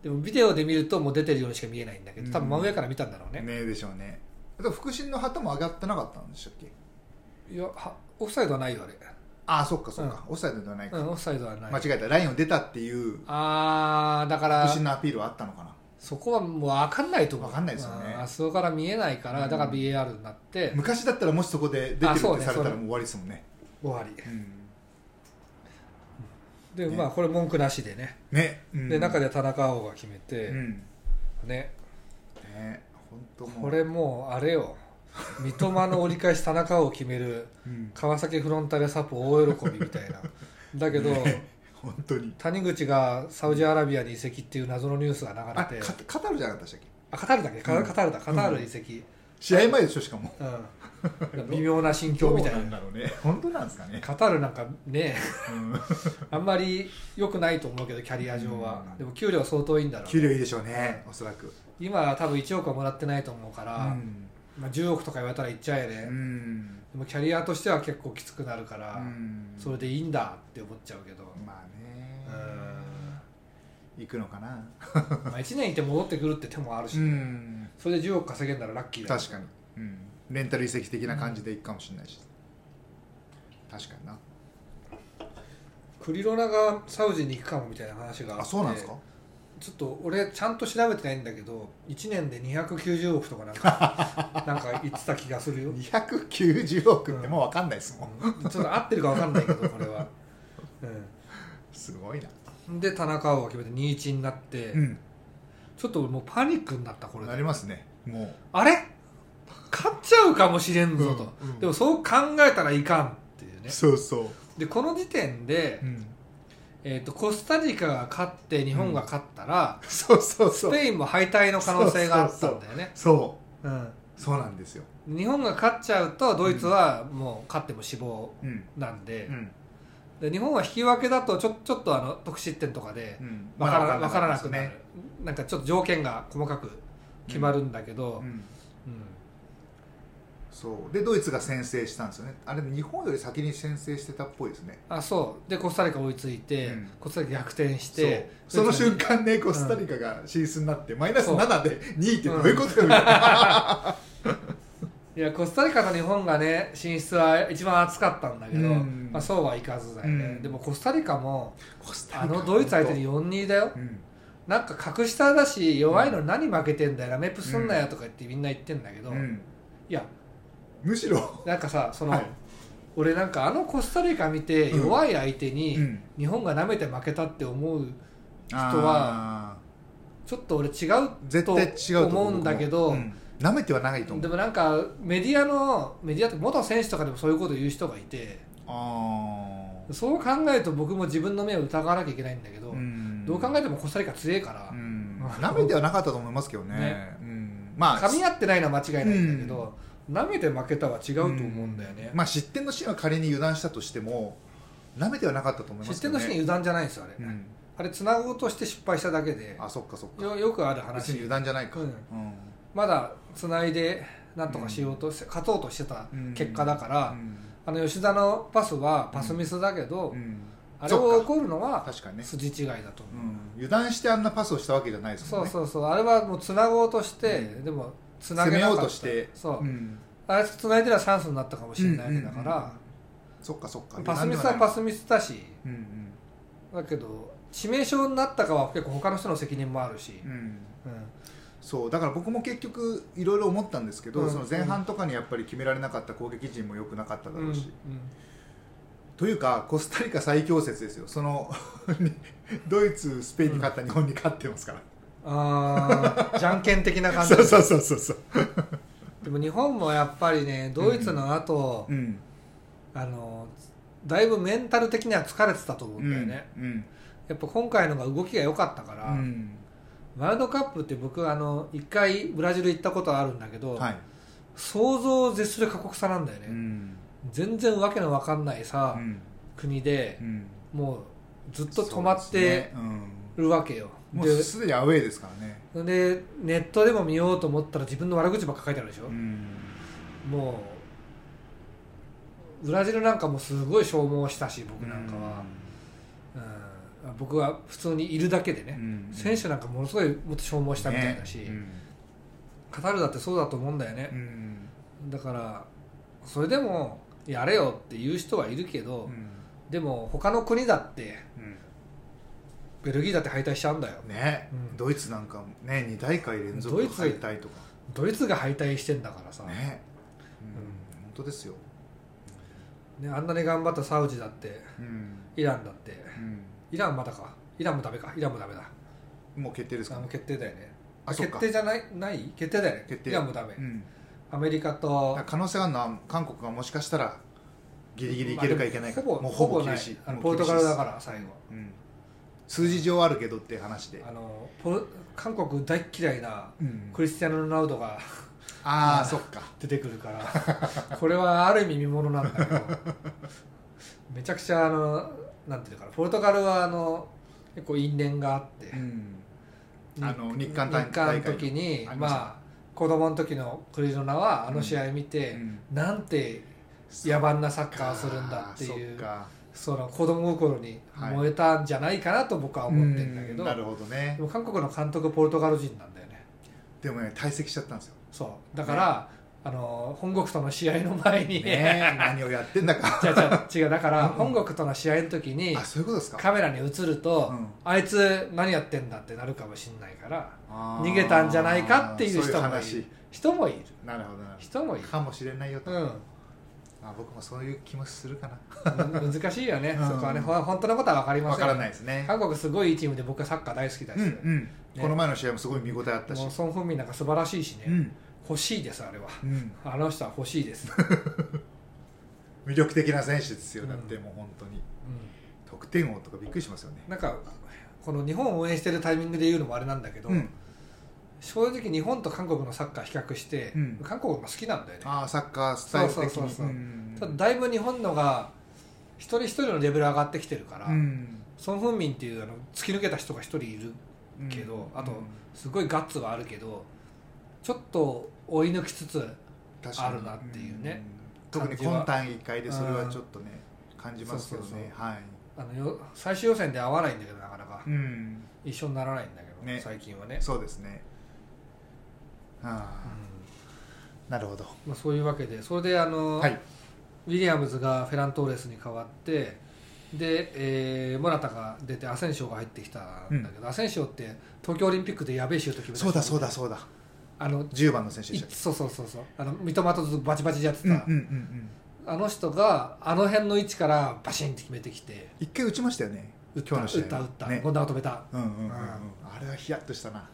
Speaker 1: でもビデオで見るともう出てるようにしか見えないんだけど多分真上から見たんだろう
Speaker 2: うん
Speaker 1: ね、
Speaker 2: ねでしょうねあと腹心の旗も上がってなかったんでしたっけ
Speaker 1: いやはオフサイドはないよあれ、
Speaker 2: ああそっかそっかオフサイドではないか
Speaker 1: うん、オフサイドはない
Speaker 2: 間違えたラインを出たっていう
Speaker 1: あーだから
Speaker 2: 腹心のアピールはあったのかな
Speaker 1: そこはもう分かんないと思う
Speaker 2: 分かんないですよね
Speaker 1: うんあそこから見えないからだから BAR になって、
Speaker 2: 昔だったらもしそこで出てる
Speaker 1: あ
Speaker 2: って
Speaker 1: そうね
Speaker 2: されたら
Speaker 1: そう
Speaker 2: もう終わりですもんね
Speaker 1: 終わり
Speaker 2: うん
Speaker 1: で、
Speaker 2: ね
Speaker 1: まあこれ文句なしでね、
Speaker 2: ねうん
Speaker 1: で中で田中碧が決めて、
Speaker 2: うん
Speaker 1: ね
Speaker 2: ね本当もう
Speaker 1: これもうあれよ三笘の折り返し田中碧を決める
Speaker 2: うん
Speaker 1: 川崎フロンターレサポ大喜びみたいなだけど、
Speaker 2: ね 本当に
Speaker 1: 谷口がサウジアラビアに移籍っていう謎のニュースが
Speaker 2: あ
Speaker 1: 流れて
Speaker 2: カカタールじゃなかったでしたっけ
Speaker 1: あカタールだっけカカタールだカタール移籍、
Speaker 2: 試合前でしょしかも
Speaker 1: うん微妙な心境みたい
Speaker 2: どう
Speaker 1: なん
Speaker 2: だろうね本当なんで すかね
Speaker 1: カタールなんかね
Speaker 2: うん
Speaker 1: あんまり良くないと思うけどキャリア上は、
Speaker 2: うん
Speaker 1: でも給料相当いいんだろ
Speaker 2: 給
Speaker 1: う
Speaker 2: 料いいでしょうねおそらく
Speaker 1: 今は多分1億はもらってないと思うから、
Speaker 2: うん
Speaker 1: まあ、10億とか言われたら行っちゃえね、
Speaker 2: うん
Speaker 1: でもキャリアとしては結構きつくなるから、
Speaker 2: うん
Speaker 1: それでいいんだって思っちゃうけど、
Speaker 2: まあね行くのかな
Speaker 1: まあ、1年いて戻ってくるって手もあるし、
Speaker 2: うん
Speaker 1: それで10億稼げんならラッキーだ
Speaker 2: 確かに、うん、レンタル移籍的な感じでいくかもしれないし、確かにな
Speaker 1: クリロナがサウジに行くかもみたいな話があって
Speaker 2: あそうなんですか、
Speaker 1: ちょっと俺ちゃんと調べてないんだけど1年で290億とかなんか なんか言ってた気がするよ、
Speaker 2: 290億ってもう分かんないですもん、
Speaker 1: うんちょっと合ってるか分かんないけどこれ は、
Speaker 2: すごいな、
Speaker 1: うん、で田中碧が決めて2-1になって、
Speaker 2: うん、
Speaker 1: ちょっと俺もうパニックになったこれで
Speaker 2: なりますねもう
Speaker 1: あれ勝っちゃうかもしれんぞと、
Speaker 2: うんうん
Speaker 1: でもそう考えたらいかんっていうね
Speaker 2: そうそう、
Speaker 1: でこの時点で、
Speaker 2: ん、
Speaker 1: えー、とコスタリカが勝って日本が勝ったら、
Speaker 2: そうそうそ
Speaker 1: ス
Speaker 2: う
Speaker 1: ペインも敗退の可能性があったんだよね
Speaker 2: そ
Speaker 1: うん
Speaker 2: うそうなんですよ
Speaker 1: 日本が勝っちゃうとドイツはもう勝っても死亡
Speaker 2: うん
Speaker 1: なんで,、
Speaker 2: ん
Speaker 1: で日本は引き分けだとちょちょっとあの得失点とかで
Speaker 2: うん
Speaker 1: 分から,、わからな
Speaker 2: った
Speaker 1: く
Speaker 2: で
Speaker 1: な
Speaker 2: す
Speaker 1: る、なんかちょっと条件が細かく決まるんだけど、
Speaker 2: うん、
Speaker 1: うん
Speaker 2: そうでドイツが先制したんですよねあれ日本より先に先制してたっぽいですね
Speaker 1: あそうでコスタリカ追いついて、
Speaker 2: うん
Speaker 1: コスタリカ逆転して
Speaker 2: そうその瞬
Speaker 1: 間
Speaker 2: 間ねコスタリカが進出になって、マイナス
Speaker 1: そう
Speaker 2: 7で2位ってどういうこと だみたいな、
Speaker 1: いやコスタリカと日本がね進出は一番熱かったんだけど、
Speaker 2: うん
Speaker 1: まあ、そうはいかずだよね、
Speaker 2: うん
Speaker 1: でもコスタリカも
Speaker 2: コスタ
Speaker 1: あ
Speaker 2: リカ
Speaker 1: のドイツ相手に4-2だよ、
Speaker 2: うん
Speaker 1: なんか格下だし弱いのに何負けてんだよラメップすんなよとか言ってみんな言ってんだけど、
Speaker 2: うん
Speaker 1: いや
Speaker 2: むしろ、
Speaker 1: なんかさその、
Speaker 2: はい
Speaker 1: 俺なんかあのコスタリカ見て
Speaker 2: うん
Speaker 1: 弱い相手に、
Speaker 2: うん
Speaker 1: 日本が舐めて負けたって思う
Speaker 2: 人
Speaker 1: はちょっと俺違
Speaker 2: 絶対
Speaker 1: う
Speaker 2: 違う
Speaker 1: と
Speaker 2: と
Speaker 1: 思うんだけど、
Speaker 2: 僕もうん舐めてはないと思
Speaker 1: で
Speaker 2: う
Speaker 1: もなんかメディアのメディアって元選手とかでもそういうこと言う人がいて
Speaker 2: あー
Speaker 1: そう考えると僕も自分の目を疑わなきゃいけないんだけど、
Speaker 2: うん
Speaker 1: どう考えてもコスタリカ強いから、
Speaker 2: うん舐めてはなかったと思いますけどね
Speaker 1: ね
Speaker 2: うんまあ
Speaker 1: 噛み合ってないのは間違いないんだけど、舐めて負けたは違うと思うんだよね、
Speaker 2: まあ失点のシーンは仮に油断したとしても舐めてはなかったと思いま
Speaker 1: 失
Speaker 2: すけ
Speaker 1: 点の
Speaker 2: どね
Speaker 1: シーン油断じゃないんですよあれ、
Speaker 2: うん、
Speaker 1: あれ繋ごうとして失敗しただけで
Speaker 2: あそっかそっか
Speaker 1: よよくある
Speaker 2: 別に
Speaker 1: 話
Speaker 2: 油断じゃないか、
Speaker 1: う
Speaker 2: うんん
Speaker 1: まだ繋いでなんとかしようとして、勝とうとしてた結果だから、あの吉田のパスはパスミスだけど、
Speaker 2: うん
Speaker 1: あれを怒るのは
Speaker 2: 確かにね、
Speaker 1: 筋違いだと
Speaker 2: う
Speaker 1: 思う、
Speaker 2: ん、油断してあんなパスをしたわけじゃないです
Speaker 1: そ
Speaker 2: もん
Speaker 1: う
Speaker 2: ねう
Speaker 1: そうそうあれはもう繋ごうとして、
Speaker 2: うん
Speaker 1: でも繋
Speaker 2: 攻
Speaker 1: げ
Speaker 2: め
Speaker 1: なかっ
Speaker 2: よ
Speaker 1: た
Speaker 2: うとして
Speaker 1: そう、
Speaker 2: ん、
Speaker 1: あれ繋いでりゃチャンスになったかもしれないわけだから、
Speaker 2: そっかそっか
Speaker 1: パスミスはパスミスだし
Speaker 2: うんうん
Speaker 1: だけど致命傷になったかは結構他の人の責任もあるし、
Speaker 2: うん
Speaker 1: うん
Speaker 2: そうだから僕も結局いろいろ思ったんですけど、
Speaker 1: うん
Speaker 2: その前半とかにやっぱり決められなかった攻撃陣も良くなかっただろうし、というかコスタリカ最強説ですよ そのドイツスペインに勝った、日本に勝ってますから
Speaker 1: あ ーじゃんけん的な感じ
Speaker 2: そうそうそうそうそう
Speaker 1: でも日本もやっぱりねドイツの後、
Speaker 2: うん
Speaker 1: あのだいぶメンタル的には疲れてたと思うんだよね、
Speaker 2: うん
Speaker 1: やっぱ今回のが動きが良かったから、
Speaker 2: うん
Speaker 1: ワールドカップって僕あの1回ブラジル行ったことあるんだけど、
Speaker 2: はい、
Speaker 1: 想像を絶する過酷さなんだよね、
Speaker 2: うん
Speaker 1: 全然わけのわかんないさ、
Speaker 2: うん
Speaker 1: 国で
Speaker 2: う、ん
Speaker 1: もうずっと止まって
Speaker 2: そうですね
Speaker 1: るわけよ
Speaker 2: うん、もうすでにアウェーですからね、
Speaker 1: ででネットでも見ようと思ったら自分の悪口ばっか書いてあるでしょ、
Speaker 2: うん、
Speaker 1: もうブラジルなんかもすごい消耗したし僕なんかは、うん僕は普通にいるだけで
Speaker 2: う
Speaker 1: ね、
Speaker 2: ん、
Speaker 1: 選手なんかものすごいもっと消耗したみたいだし、
Speaker 2: ね
Speaker 1: カタールだってそうだと思うんだよね
Speaker 2: う、ん
Speaker 1: だからそれでもやれよって言う人はいるけ
Speaker 2: う
Speaker 1: ど、
Speaker 2: ん
Speaker 1: でも他の国だって
Speaker 2: うん
Speaker 1: ベルギーだって敗退しちゃうんだよ
Speaker 2: ね、
Speaker 1: うん
Speaker 2: ドイツなんかもね2大会連続
Speaker 1: ドイツ
Speaker 2: 敗退とか
Speaker 1: ドイツが敗退してんだからさ、
Speaker 2: ね、うん本当ですよ、
Speaker 1: ね、あんなに頑張ったサウジだって
Speaker 2: うん
Speaker 1: イランだって
Speaker 2: う
Speaker 1: イランまだかイランもダメかイランもダメだ
Speaker 2: ん、もう決定です
Speaker 1: あ
Speaker 2: か、
Speaker 1: もう
Speaker 2: ね、
Speaker 1: 決定だよね
Speaker 2: あそっ
Speaker 1: 決
Speaker 2: か
Speaker 1: 定じゃないない決定だよね
Speaker 2: 決定
Speaker 1: イランもダメ、
Speaker 2: うん、
Speaker 1: アメリカと
Speaker 2: だから可能性があるのは韓国がもしかしたらギリギリいけるかいけないか、
Speaker 1: まあで
Speaker 2: も
Speaker 1: も
Speaker 2: う
Speaker 1: ほ
Speaker 2: ほ
Speaker 1: ぼ
Speaker 2: ぼ
Speaker 1: ほぼない
Speaker 2: 厳しい
Speaker 1: あの
Speaker 2: も
Speaker 1: ポ
Speaker 2: う
Speaker 1: ル
Speaker 2: 厳
Speaker 1: ト
Speaker 2: しい
Speaker 1: ガ
Speaker 2: です
Speaker 1: ルだから最後
Speaker 2: うん、数字上はあるけどっていう話で
Speaker 1: あのポル韓国大っ嫌いな
Speaker 2: うん
Speaker 1: クリスティアーノ・ロナウドが
Speaker 2: ああ、そっか
Speaker 1: 出てくるから これはある意味見ものなんだけどめちゃくちゃあのなんていうのかなポルトガルはあの結構因縁があって、
Speaker 2: うんあの日韓大
Speaker 1: 日韓の時
Speaker 2: 大会
Speaker 1: に
Speaker 2: のあり
Speaker 1: ま
Speaker 2: ました
Speaker 1: あ子供の時のクリロナはあの試合見て、なんて野蛮なサッカーをするんだっていう
Speaker 2: そっか
Speaker 1: その子供心に燃えたんじゃないかなと僕は思ってるんだけど,、
Speaker 2: うなるほどね
Speaker 1: でも韓国の監督ポルトガル人なんだよね
Speaker 2: でもね退席しちゃったんですよ
Speaker 1: そうだから、あの本国との試合の前に、
Speaker 2: ねえ何をやってんだか
Speaker 1: 違う違う違うだから
Speaker 2: うん
Speaker 1: 本国との試合の時に
Speaker 2: あそういうことですか
Speaker 1: カメラに映ると、
Speaker 2: うん
Speaker 1: あいつ何やってんだってなるかもしれないから
Speaker 2: あー
Speaker 1: 逃げたんじゃないかっていう
Speaker 2: そう
Speaker 1: 人もい
Speaker 2: 話
Speaker 1: る人もいる
Speaker 2: なるほどなるほ
Speaker 1: 人もいる
Speaker 2: ど、かもしれないよと、
Speaker 1: うん、
Speaker 2: あ僕もそういう気もするかな
Speaker 1: む難しいよね、
Speaker 2: うん
Speaker 1: そこはねほ本当のことは分かりま
Speaker 2: わ
Speaker 1: せん
Speaker 2: からないですね
Speaker 1: 韓国すごいいいチームで僕はサッカー大好きだし、
Speaker 2: うんうん、この前の試合もすごい見応えあったし
Speaker 1: もうソン・フンミンなんか素晴らしいしね、
Speaker 2: うん、
Speaker 1: 欲しいですあれは
Speaker 2: うん、
Speaker 1: あの人は欲しいです、
Speaker 2: 魅力的な選手ですよ
Speaker 1: うん
Speaker 2: だってもう本当に
Speaker 1: う
Speaker 2: 得点王とかびっくりしますよね
Speaker 1: ん、なんかこの日本を応援してるタイミングで言うのもあれなんだけど、
Speaker 2: うん
Speaker 1: 正直日本と韓国のサッカー比較して、
Speaker 2: うん
Speaker 1: 韓国が好きなんだよね
Speaker 2: ああサッカースタイル的に
Speaker 1: そうそうそうそうんただだいぶ日本のが一人一人のレベル上がってきてるから、
Speaker 2: うん
Speaker 1: ソン・フンミンっていうあの突き抜けた人が一人いる
Speaker 2: うん
Speaker 1: けどあと
Speaker 2: うん
Speaker 1: すごいガッツはあるけどちょっと追い抜きつつ
Speaker 2: 確かに
Speaker 1: あるなっていうね
Speaker 2: うん特に今大会でそれはちょっとね感じますけど
Speaker 1: そうそう
Speaker 2: ねはい
Speaker 1: あのよ最終予選で合わないんだけどなかなか、
Speaker 2: うん
Speaker 1: 一緒にならないんだけど、
Speaker 2: ね
Speaker 1: 最近はね、
Speaker 2: そうですねあ
Speaker 1: うん
Speaker 2: あなるほど
Speaker 1: まあ、そういうわけでそれであの、
Speaker 2: はい
Speaker 1: ウィリアムズがフェラントーレスに代わってで、えーモラタが出てアセンシオが入ってきたんだけど、アセンシオって東京オリンピックでやべえシュート決めた
Speaker 2: そうだそうだ
Speaker 1: う
Speaker 2: そうだ
Speaker 1: あの
Speaker 2: 10番の選手で
Speaker 1: い
Speaker 2: したっ
Speaker 1: そうそうそうそうあの三笘とずっとバチバチでやって
Speaker 2: け
Speaker 1: た、
Speaker 2: うんうんうんうん
Speaker 1: あの人があの辺の位置からバシンって決めてきて
Speaker 2: 一回打ちましたよね
Speaker 1: 打っ
Speaker 2: 今日
Speaker 1: た打っ
Speaker 2: の試合
Speaker 1: た打った、
Speaker 2: ね
Speaker 1: ゴンダを止めた
Speaker 2: うんうんうんう
Speaker 1: う
Speaker 2: ん
Speaker 1: ん
Speaker 2: あれはヒヤッとしたな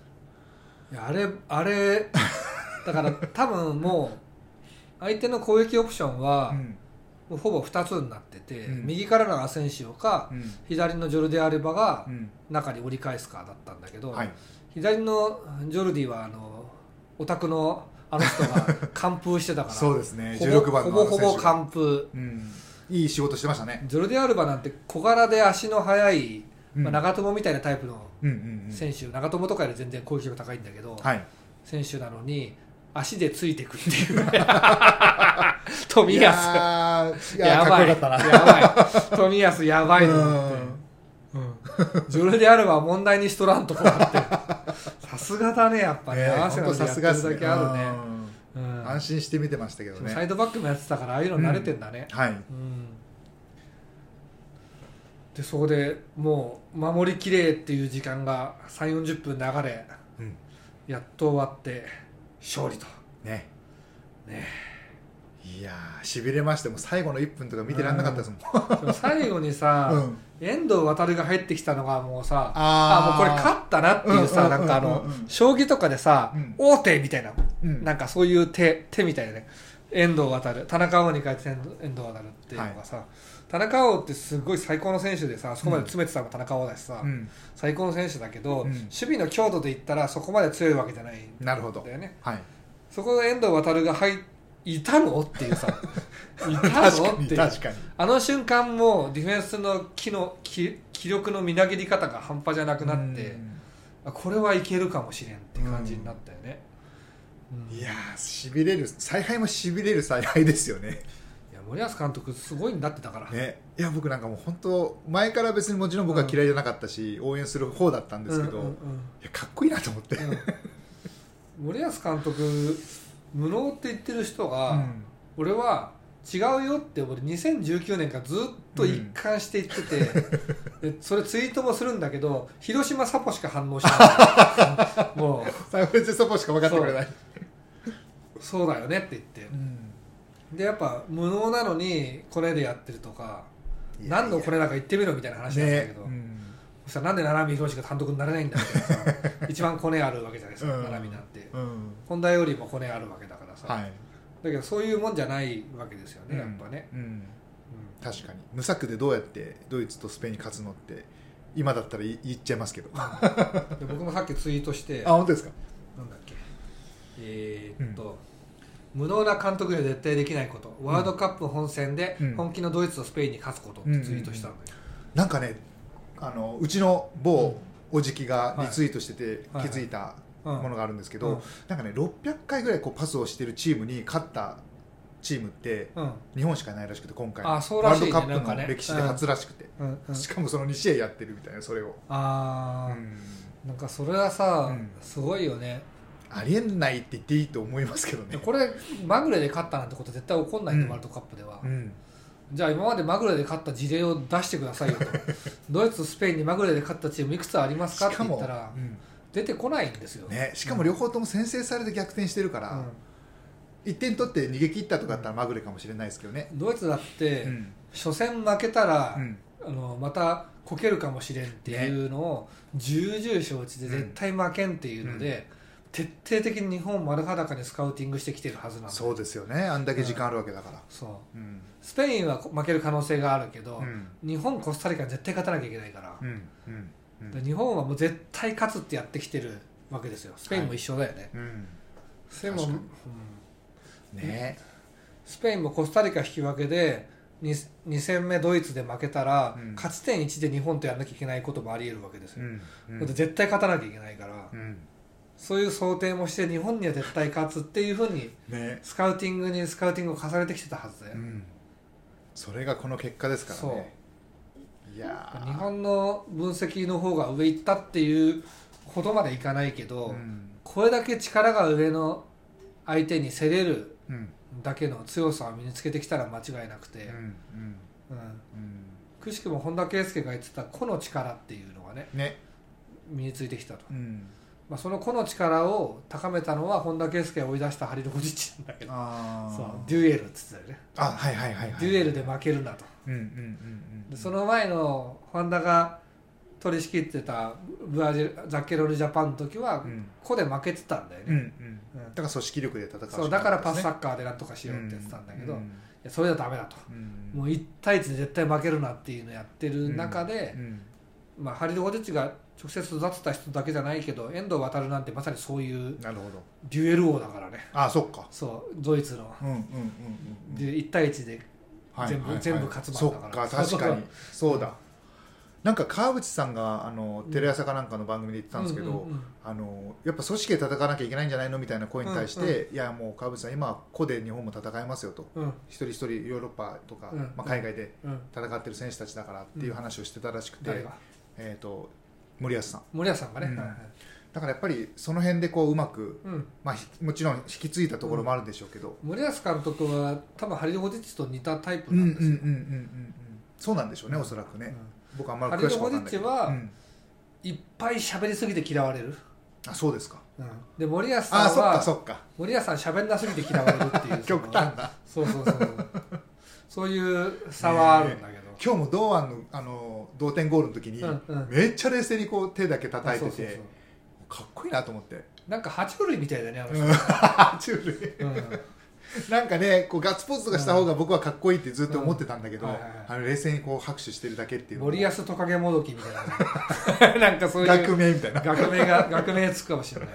Speaker 2: い
Speaker 1: やあれあれだから多分もう相手の攻撃オプションは
Speaker 2: う、ん
Speaker 1: もうほぼ2つになってて、
Speaker 2: うん
Speaker 1: 右からのアセンシオか、
Speaker 2: うん
Speaker 1: 左のジョルディアルバが
Speaker 2: うん
Speaker 1: 中に折り返すかだったんだけど、
Speaker 2: はい
Speaker 1: 左のジョルディはあのオタクのあの人が完封してたから
Speaker 2: そうですね
Speaker 1: ほぼ
Speaker 2: 16番の
Speaker 1: ほぼほ
Speaker 2: 選
Speaker 1: ぼ
Speaker 2: 手が
Speaker 1: 完封
Speaker 2: うん、いい仕事してましたね、
Speaker 1: ジョルディ・アルバなんて小柄で足の速い、
Speaker 2: うん
Speaker 1: まあ、長友みたいなタイプの
Speaker 2: うんうんうん、
Speaker 1: 選手、長友とかより全然攻撃力高いんだけど、
Speaker 2: はい
Speaker 1: 選手なのに足でついてくっていうね 富安や
Speaker 2: やーいやーかっ
Speaker 1: ばい
Speaker 2: こよ
Speaker 1: や
Speaker 2: かったな
Speaker 1: ばい富安やばいのよって
Speaker 2: うん
Speaker 1: うんジョルディ・アルバは問題にしとらんとこあってさすがだねやっぱね
Speaker 2: ね
Speaker 1: 合わせ
Speaker 2: 本当
Speaker 1: の
Speaker 2: さ
Speaker 1: やって
Speaker 2: すが
Speaker 1: るだけあるねう
Speaker 2: うん
Speaker 1: ん
Speaker 2: 安心して見てましたけど
Speaker 1: サイ
Speaker 2: ね
Speaker 1: ドバックもやってたからああいうの慣れてんだね、
Speaker 2: はい
Speaker 1: うんでそこでもう守りきれっていう時間が3 4 0分流れ
Speaker 2: うん
Speaker 1: やっと終わって勝利と
Speaker 2: ね
Speaker 1: ね
Speaker 2: いやーしびれましてもう最後の1分とか見てらんなかったですもん
Speaker 1: でも最後にさ、
Speaker 2: うん
Speaker 1: 遠藤航が入ってきたのがもうさ
Speaker 2: あ
Speaker 1: あ
Speaker 2: ー
Speaker 1: もうこれ勝ったなっていうさ、
Speaker 2: うんうんうんうん
Speaker 1: な
Speaker 2: うん
Speaker 1: んかあの、将棋とかでさ、
Speaker 2: うん
Speaker 1: 王手みたいな、
Speaker 2: うん
Speaker 1: なんかそういう手手みたいなね遠藤航田中碧に変えて遠藤遠藤航っていうのがさ、田中碧ってすごい最高の選手でさそこまで詰めてたのが田中碧だしさ、
Speaker 2: うん
Speaker 1: 最高の選手だけど、
Speaker 2: うん
Speaker 1: 守備の強度で言ったらそこまで強いわけじゃないん
Speaker 2: なるほど
Speaker 1: だよね
Speaker 2: はい
Speaker 1: そこで遠藤航が入いたのって いうさいた
Speaker 2: 確
Speaker 1: の
Speaker 2: か
Speaker 1: っ
Speaker 2: に
Speaker 1: ていう
Speaker 2: 確かに
Speaker 1: あの瞬間もディフェンスの気の気気力のみなぎり方が半端じゃなくなって、あこれはいけるかもしれんって感じになったよね、
Speaker 2: うん
Speaker 1: うん
Speaker 2: い
Speaker 1: い
Speaker 2: やーしびれる采配もしびれる采配ですよね
Speaker 1: や森保監督すごいんだってだから、
Speaker 2: ねいや僕なんかもう本当前から別にもちろん僕は嫌いじゃなかったし、応援する方だったんですけど、
Speaker 1: うんうん
Speaker 2: いやかっこいいなと思って、
Speaker 1: うん うん森保監督無能って言ってる人が、
Speaker 2: うん
Speaker 1: 俺は違うよって俺2019年からずっと一貫して言ってて、 でそれツイートもするんだけど広島サポしか反応し ないも
Speaker 2: サイフレッチェそこしか分かってくれない、
Speaker 1: うそうだよねって言って、でやっぱ無能なのにこれでやってるとか
Speaker 2: いや
Speaker 1: 何のこれなんか言ってみろみたいな話なんだけ
Speaker 2: ね
Speaker 1: ど、
Speaker 2: うん
Speaker 1: そしたらなんで七海博士が単独になれないんだってさ 一番コネあるわけじゃないですか、
Speaker 2: うん
Speaker 1: 七海なんて
Speaker 2: うん
Speaker 1: 本題よりもコネあるわけだからさ、
Speaker 2: はい
Speaker 1: だけどそういうもんじゃないわけですよねやっぱね、
Speaker 2: うんうん
Speaker 1: うん
Speaker 2: 確かに無策でどうやってドイツとスペインに勝つのって今だったら言言っちゃいますけどあ
Speaker 1: で僕もさっきツイートして
Speaker 2: 本当ですか
Speaker 1: なんだっけえーっと、無能な監督には絶対できないことワールドカップ本戦で
Speaker 2: うん
Speaker 1: 本気のドイツとスペインに勝つことってツイートしたんだよ、
Speaker 2: なんかねあのうちの某おじきがリツイートしてて
Speaker 1: はい
Speaker 2: 気づいた
Speaker 1: はいはい
Speaker 2: ものがあるんですけ
Speaker 1: う
Speaker 2: ど、
Speaker 1: ん
Speaker 2: なんかね600回ぐらいこうパスをしてるチームに勝ったチームって
Speaker 1: うん
Speaker 2: 日本しかないらしくて今回の
Speaker 1: あそうらしいね
Speaker 2: ワールド
Speaker 1: なんか
Speaker 2: カップ
Speaker 1: ね
Speaker 2: の歴史で初らしくて、
Speaker 1: うんうん、
Speaker 2: しかもその2試合やってるみたいなそれを、
Speaker 1: ああ、
Speaker 2: うん
Speaker 1: なんかそれはさ、
Speaker 2: うん
Speaker 1: すごいよね
Speaker 2: ありえないって言っていいと思いますけどね
Speaker 1: これまぐれで勝ったなんてこと絶対起こんないの、
Speaker 2: うん
Speaker 1: ワールドカップでは、
Speaker 2: うん
Speaker 1: じゃあ今までまぐれで勝った事例を出してください よとドイツスペインにまぐれで勝ったチームいくつありますかって言ったら
Speaker 2: うん
Speaker 1: 出てこないんですよ、
Speaker 2: ね、しかも両方とも先制されて逆転してるか
Speaker 1: う
Speaker 2: ら、
Speaker 1: ん
Speaker 2: 1点取って逃げ切ったとかだったらまぐれかもしれないですけどね、
Speaker 1: ドイツだって、
Speaker 2: うん
Speaker 1: 初戦負けたら、
Speaker 2: うん
Speaker 1: あのまたこけるかもしれんっていうのを重々承知で絶対負けんっていうので、徹底的に日本を丸裸にスカウティングしてきてるはずなんだ
Speaker 2: そうですよねあんだけ時間あるわけだから、
Speaker 1: そう
Speaker 2: うん
Speaker 1: スペインは負ける可能性があるけど、
Speaker 2: うん
Speaker 1: 日本コスタリカに絶対勝たなきゃいけないから、
Speaker 2: うんうんうん
Speaker 1: で日本はもう絶対勝つってやってきてるわけですよスペインも一緒だよね、
Speaker 2: うん
Speaker 1: スペインも、
Speaker 2: 確
Speaker 1: うん
Speaker 2: かにね
Speaker 1: スペインもコスタリカ引き分けで 2, 2戦目ドイツで負けたら、
Speaker 2: うん
Speaker 1: 勝ち点1で日本とやらなきゃいけないこともあり得るわけですよ、
Speaker 2: んう
Speaker 1: だって絶対勝たなきゃいけないから、
Speaker 2: うん
Speaker 1: そういう想定もして日本には絶対勝つっていうふうに
Speaker 2: ね
Speaker 1: スカウティングにスカウティングを重ねてきてたはずだよ、
Speaker 2: うんそれがこの結果ですからねいやー
Speaker 1: 日本の分析の方が上行ったっていうほどまでいかないけど、
Speaker 2: うん
Speaker 1: これだけ力が上の相手に競れる
Speaker 2: うん
Speaker 1: だけの強さを身につけてきたら間違いなくて、
Speaker 2: うんうん
Speaker 1: うん
Speaker 2: うん
Speaker 1: くしくも本田圭佑が言ってた個の力っていうのがね
Speaker 2: ね
Speaker 1: 身についてきたと、
Speaker 2: うん
Speaker 1: まあ、その個の力を高めたのは本田圭佑が追い出したハリルホジッチなんだけど
Speaker 2: あー
Speaker 1: そうデュエルっつってたよね、
Speaker 2: あはいはいはいはい
Speaker 1: デュエルで負けるなと
Speaker 2: うんうんうんうんう
Speaker 1: で
Speaker 2: ん
Speaker 1: その前の本田が取り仕切ってたブラジルザッケロルジャパンの時は
Speaker 2: うん
Speaker 1: 個で負けてたんだよ
Speaker 2: うんう
Speaker 1: ね、
Speaker 2: ん
Speaker 1: うん
Speaker 2: だから組織力で戦うしか
Speaker 1: そう
Speaker 2: な
Speaker 1: だ
Speaker 2: か
Speaker 1: から
Speaker 2: った
Speaker 1: パ
Speaker 2: で
Speaker 1: ス
Speaker 2: す
Speaker 1: サ
Speaker 2: ね
Speaker 1: ッカーでなんとかしようって言ってたんだけど、
Speaker 2: う
Speaker 1: い
Speaker 2: ん
Speaker 1: やそれじゃダメだと、
Speaker 2: うん
Speaker 1: もう1対1で絶対負けるなっていうのやってる中
Speaker 2: う
Speaker 1: で、
Speaker 2: ん
Speaker 1: まあ、ハリド・ホジッチが直接育てた人だけじゃないけど遠藤航なんてまさにそういう
Speaker 2: なるほど
Speaker 1: デュエル王だからね
Speaker 2: あそっか
Speaker 1: そうドイツの
Speaker 2: うんうんうんうん
Speaker 1: で1対1で
Speaker 2: はい
Speaker 1: 全部
Speaker 2: はいはい
Speaker 1: 全部勝つ番だから
Speaker 2: そっか確かにそうだなんか川淵さんがあのテレ朝かなんかの番組で言ってたんですけど、
Speaker 1: ううんうん
Speaker 2: あのやっぱ組織で戦わなきゃいけないんじゃないのみたいな声に対して、いやもう川淵さん今は個で日本も戦えますよと
Speaker 1: うん
Speaker 2: 一人一人ヨーロッパとか、
Speaker 1: うん
Speaker 2: まあ、海外で
Speaker 1: うん
Speaker 2: 戦ってる選手たちだからっていう話をしてたらしくて、
Speaker 1: 誰が
Speaker 2: えー、と森保さん
Speaker 1: 森保さんがね、
Speaker 2: うん
Speaker 1: はいはい
Speaker 2: だからやっぱりその辺でこううまく、
Speaker 1: うん、
Speaker 2: まあ、ひもちろん引き継いだところもあるんでしょうけど、
Speaker 1: 森保監督は多分ハリド・ホジッチと似たタイプ
Speaker 2: うん、
Speaker 1: な
Speaker 2: う
Speaker 1: ん
Speaker 2: うん
Speaker 1: ん
Speaker 2: うん
Speaker 1: ですよ、
Speaker 2: うんうんうんそうなんでしょうねおそらくね、僕あんまり詳しくわかんないけど
Speaker 1: ハ
Speaker 2: う
Speaker 1: リドホジッチは
Speaker 2: ん、
Speaker 1: うんいっぱい喋りすぎて嫌われる、
Speaker 2: あそうですか
Speaker 1: うん、で森保
Speaker 2: あ
Speaker 1: さん
Speaker 2: そっか
Speaker 1: は
Speaker 2: そっか
Speaker 1: 森保さん喋んなすぎて嫌われるっていう
Speaker 2: 極端だ
Speaker 1: そのそうそうそうそういう差はあるんだけ ど、
Speaker 2: 今日も堂安のあの同点ゴールの時に、
Speaker 1: うんうん
Speaker 2: めっちゃ冷静にこう手だけ叩いてて
Speaker 1: あそうそうそう
Speaker 2: かっこいいなと思って、
Speaker 1: なんか爬虫類みたいだねあの
Speaker 2: う
Speaker 1: 人、
Speaker 2: ん、 爬虫類
Speaker 1: うん
Speaker 2: なんかねこうガッツポーズとかした方が僕はかっこいいってずっと思ってたんだけど、
Speaker 1: うんはいはいはい
Speaker 2: あの冷静にこう拍手してるだけっていうのも
Speaker 1: 森保トカゲもどきみたいな なんかそういう
Speaker 2: 学名みたいな
Speaker 1: 学名が学名つくかもしれない、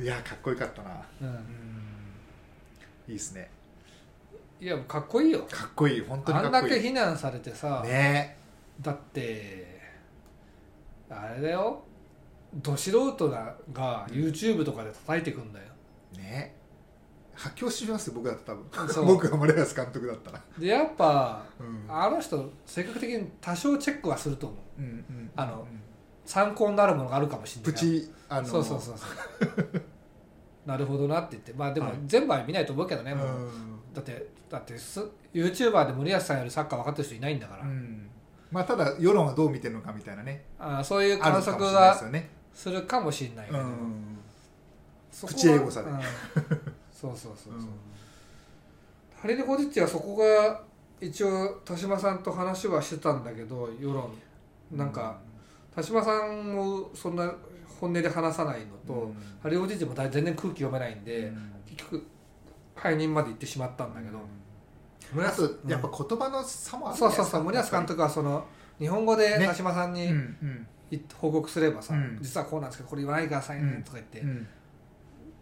Speaker 2: いやかっこよかったな
Speaker 1: うん、
Speaker 2: いいですね
Speaker 1: いやかっこいいよ
Speaker 2: かっこいい本当に
Speaker 1: あ
Speaker 2: か
Speaker 1: ん
Speaker 2: っ
Speaker 1: だ
Speaker 2: こ
Speaker 1: け
Speaker 2: いい
Speaker 1: 非難されてさ、
Speaker 2: ね
Speaker 1: だってあれだよど素人がが YouTube とかで叩いてくんだよ
Speaker 2: ね発狂しますよ僕だったら多
Speaker 1: そ
Speaker 2: 分
Speaker 1: う
Speaker 2: 僕が森保監督だったら、
Speaker 1: でやっぱ
Speaker 2: うん
Speaker 1: あの人性格的に多少チェックはすると思う
Speaker 2: うんうん
Speaker 1: あの参考になるものがあるかもしれな
Speaker 2: プ
Speaker 1: い
Speaker 2: チあの
Speaker 1: そうそうそうそう なるほどなって言ってまあでも
Speaker 2: はい
Speaker 1: 全部は見ないと思うけどね、
Speaker 2: う
Speaker 1: もうんだってだってす YouTuber で森保さんよりサッカー分かってる人いないんだから、
Speaker 2: うんまあただ世論はどう見てるのかみたいなね
Speaker 1: あーそういう
Speaker 2: あ
Speaker 1: 観
Speaker 2: るのかも
Speaker 1: 測
Speaker 2: しれないで
Speaker 1: は
Speaker 2: すよね、
Speaker 1: するかもしれないけ
Speaker 2: う
Speaker 1: ど、
Speaker 2: ん、
Speaker 1: そこは
Speaker 2: プチエゴさで
Speaker 1: うんそうそうそうそう、
Speaker 2: うん
Speaker 1: ハリネ・ホジッチはそこが一応田島さんと話はしてたんだけど世論なんか、田島さんもそんな本音で話さないのと、
Speaker 2: うん
Speaker 1: ハリネ・ホジッチも大全然空気読めないんで、
Speaker 2: うん
Speaker 1: 結局解任まで行ってしまったんだけど、
Speaker 2: あと
Speaker 1: うん
Speaker 2: やっぱ言葉の差もある
Speaker 1: そうそうそう森保監督はその日本語で
Speaker 2: ね
Speaker 1: 田島さん
Speaker 2: に
Speaker 1: に
Speaker 2: うんうん
Speaker 1: 言って報告すればさ、
Speaker 2: うん
Speaker 1: 実はこうなんですけどこれ言わないでくださいねとか言って、
Speaker 2: うん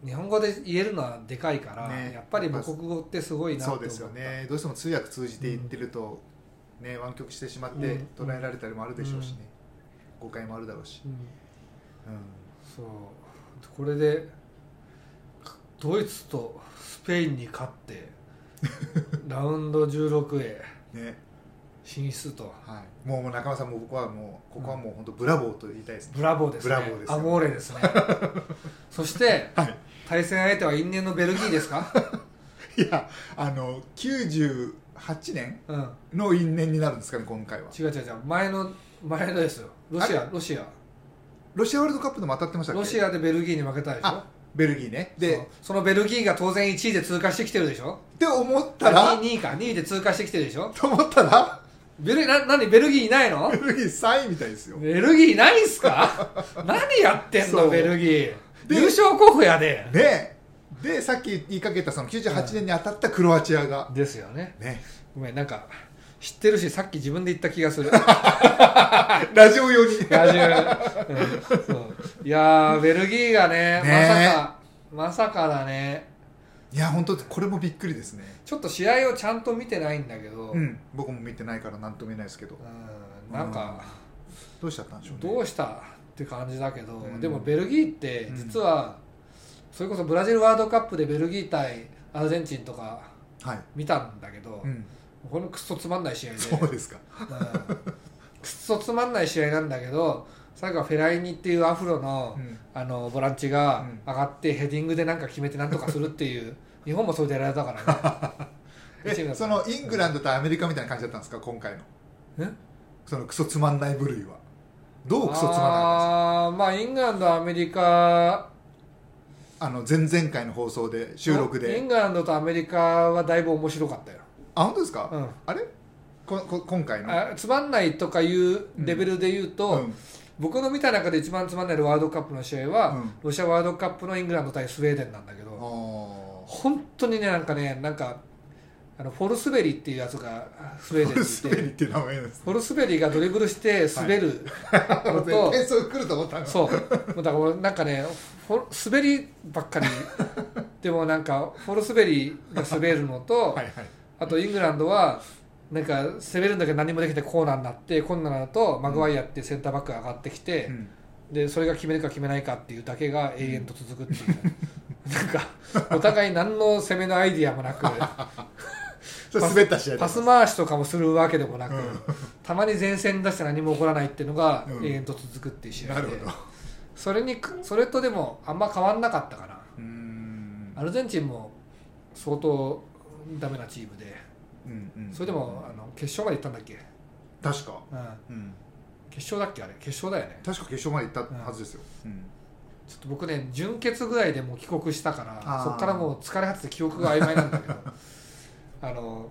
Speaker 1: 日本語で言えるのはでかいから、
Speaker 2: ね
Speaker 1: やっぱり母国語ってすごいなって
Speaker 2: そう
Speaker 1: 思った
Speaker 2: ですよねどうしても通訳通じていってると、ね湾曲してしまって
Speaker 1: うん
Speaker 2: 捉えられたりもあるでしょうしね、誤解もあるだろうし、
Speaker 1: うん
Speaker 2: うん
Speaker 1: そうこれでかドイツとスペインに勝って ラウンド16へ
Speaker 2: ね
Speaker 1: 進出と
Speaker 2: はい、もうもう中村さんも僕はもうここはもう本当ブラボーと言いたいですね、
Speaker 1: ブラボーですね
Speaker 2: ブラボーですよ
Speaker 1: アモーレです ねそして、
Speaker 2: はい
Speaker 1: 対戦相手は因縁のベルギーですか、
Speaker 2: いやあの98年
Speaker 1: うん、
Speaker 2: の因縁になるんですかね今回は
Speaker 1: 違う違う違う前の前のですよロシアロシア
Speaker 2: ロシアワールドカップでも当たってましたっけ
Speaker 1: ロシアでベルギーに負けたでしょ
Speaker 2: あベルギーね
Speaker 1: で
Speaker 2: で
Speaker 1: そのベルギーが当然1位で通過してきてるでしょ
Speaker 2: って思ったら
Speaker 1: 2位か2位で通過してきてるでしょ
Speaker 2: と思ったら
Speaker 1: ベルな何ベルギーいないの
Speaker 2: ベルギー3位みたいですよ
Speaker 1: ベルギーいないんすか 何やってん
Speaker 2: そ
Speaker 1: の
Speaker 2: う
Speaker 1: ベルギー
Speaker 2: で
Speaker 1: 優勝候補やで
Speaker 2: ねでさっき言いかけたその98年に当たったクロアチアが、
Speaker 1: ですよね
Speaker 2: ね、
Speaker 1: ごめんなんか知ってるしさっき自分で言った気が する
Speaker 2: ラジオ用に
Speaker 1: ラジオうんそういやーベルギーがね
Speaker 2: ね
Speaker 1: まさかまさかだね
Speaker 2: いや本当これもびっくりですね
Speaker 1: ちょっと試合をちゃんと見てないんだけど、
Speaker 2: うん僕も見てないから何とも言えないですけど
Speaker 1: うんなんか、
Speaker 2: どうしちゃったんでしょうね
Speaker 1: どうしたって感じだけど、
Speaker 2: うん
Speaker 1: でもベルギーって実は、それこそブラジルワールドカップでベルギー対アルゼンチンとか
Speaker 2: はい、
Speaker 1: 見たんだけど、
Speaker 2: うん、
Speaker 1: このクソつまんない試合で
Speaker 2: そうですか
Speaker 1: うんクソつまんない試合なんだけど最後はフェライニっていうアフロの,、
Speaker 2: うん
Speaker 1: あのボランチが
Speaker 2: うん
Speaker 1: 上がってヘディングでなんか決めてなんとかするっていう日本もそれでやられたからね
Speaker 2: えそのイングランドとアメリカみたいな感じだったんですか今回の
Speaker 1: え
Speaker 2: そのクソつまんない部類はどうクソつまんなかったんですか
Speaker 1: あーまあイングランドアメリカ
Speaker 2: あの前々回の放送で収録
Speaker 1: イン
Speaker 2: で
Speaker 1: グランドとアメリカはだいぶ面白かったよ、
Speaker 2: あ本当ですか、
Speaker 1: うん
Speaker 2: あれここ今回の
Speaker 1: あつまんないとかいうレベルで言うと、
Speaker 2: うん
Speaker 1: 僕の見た中で一番つまんないワールドカップの試合は、
Speaker 2: うん
Speaker 1: ロシアワールドカップのイングランド対スウェーデンなんだけ
Speaker 2: あ
Speaker 1: ど
Speaker 2: ー
Speaker 1: 本当にねなんかねなんかあのフォルスベリっていうやつがスウェーデンにい
Speaker 2: スペリ
Speaker 1: て
Speaker 2: っていう名前なんです
Speaker 1: フォルスベリがドリブルして滑るの
Speaker 2: 絶
Speaker 1: と、
Speaker 2: 対そう来ると思った の
Speaker 1: そうもうだから俺なんかねフォル滑りばっ かりでもなんかフォルスベリが滑るのと、
Speaker 2: はいはい
Speaker 1: あとイングランドはなんか攻めるんだけど何もできてコーナーになってコーナーだとマグワイアってセンターバックが上がってきて、
Speaker 2: うん
Speaker 1: でそれが決めるか決めないかっていうだけが永遠と続くっていう、 なんかお互い何の攻めのアイディアも なく
Speaker 2: それ滑った試合だ
Speaker 1: パス回しとかもするわけでもなく、
Speaker 2: うん
Speaker 1: たまに前線に出して何も起こらないっていうのが
Speaker 2: うん
Speaker 1: 永遠と続くっていう試合
Speaker 2: な
Speaker 1: で、
Speaker 2: るほど
Speaker 1: それにくそれとでもあんま変わんなかったかな
Speaker 2: うーん
Speaker 1: アルゼンチンも相当ダメなチームで
Speaker 2: うんうん
Speaker 1: それでもあの決勝まで行ったんだっけ、
Speaker 2: 確か
Speaker 1: うん、
Speaker 2: うん
Speaker 1: 決勝だっけあれ決勝だよね
Speaker 2: 確か決勝まで行ったはずですようん
Speaker 1: ちょっと僕ね準決ぐらいでもう帰国したから
Speaker 2: あー
Speaker 1: そっからもう疲れ果てて記憶が曖昧なんだけ どあの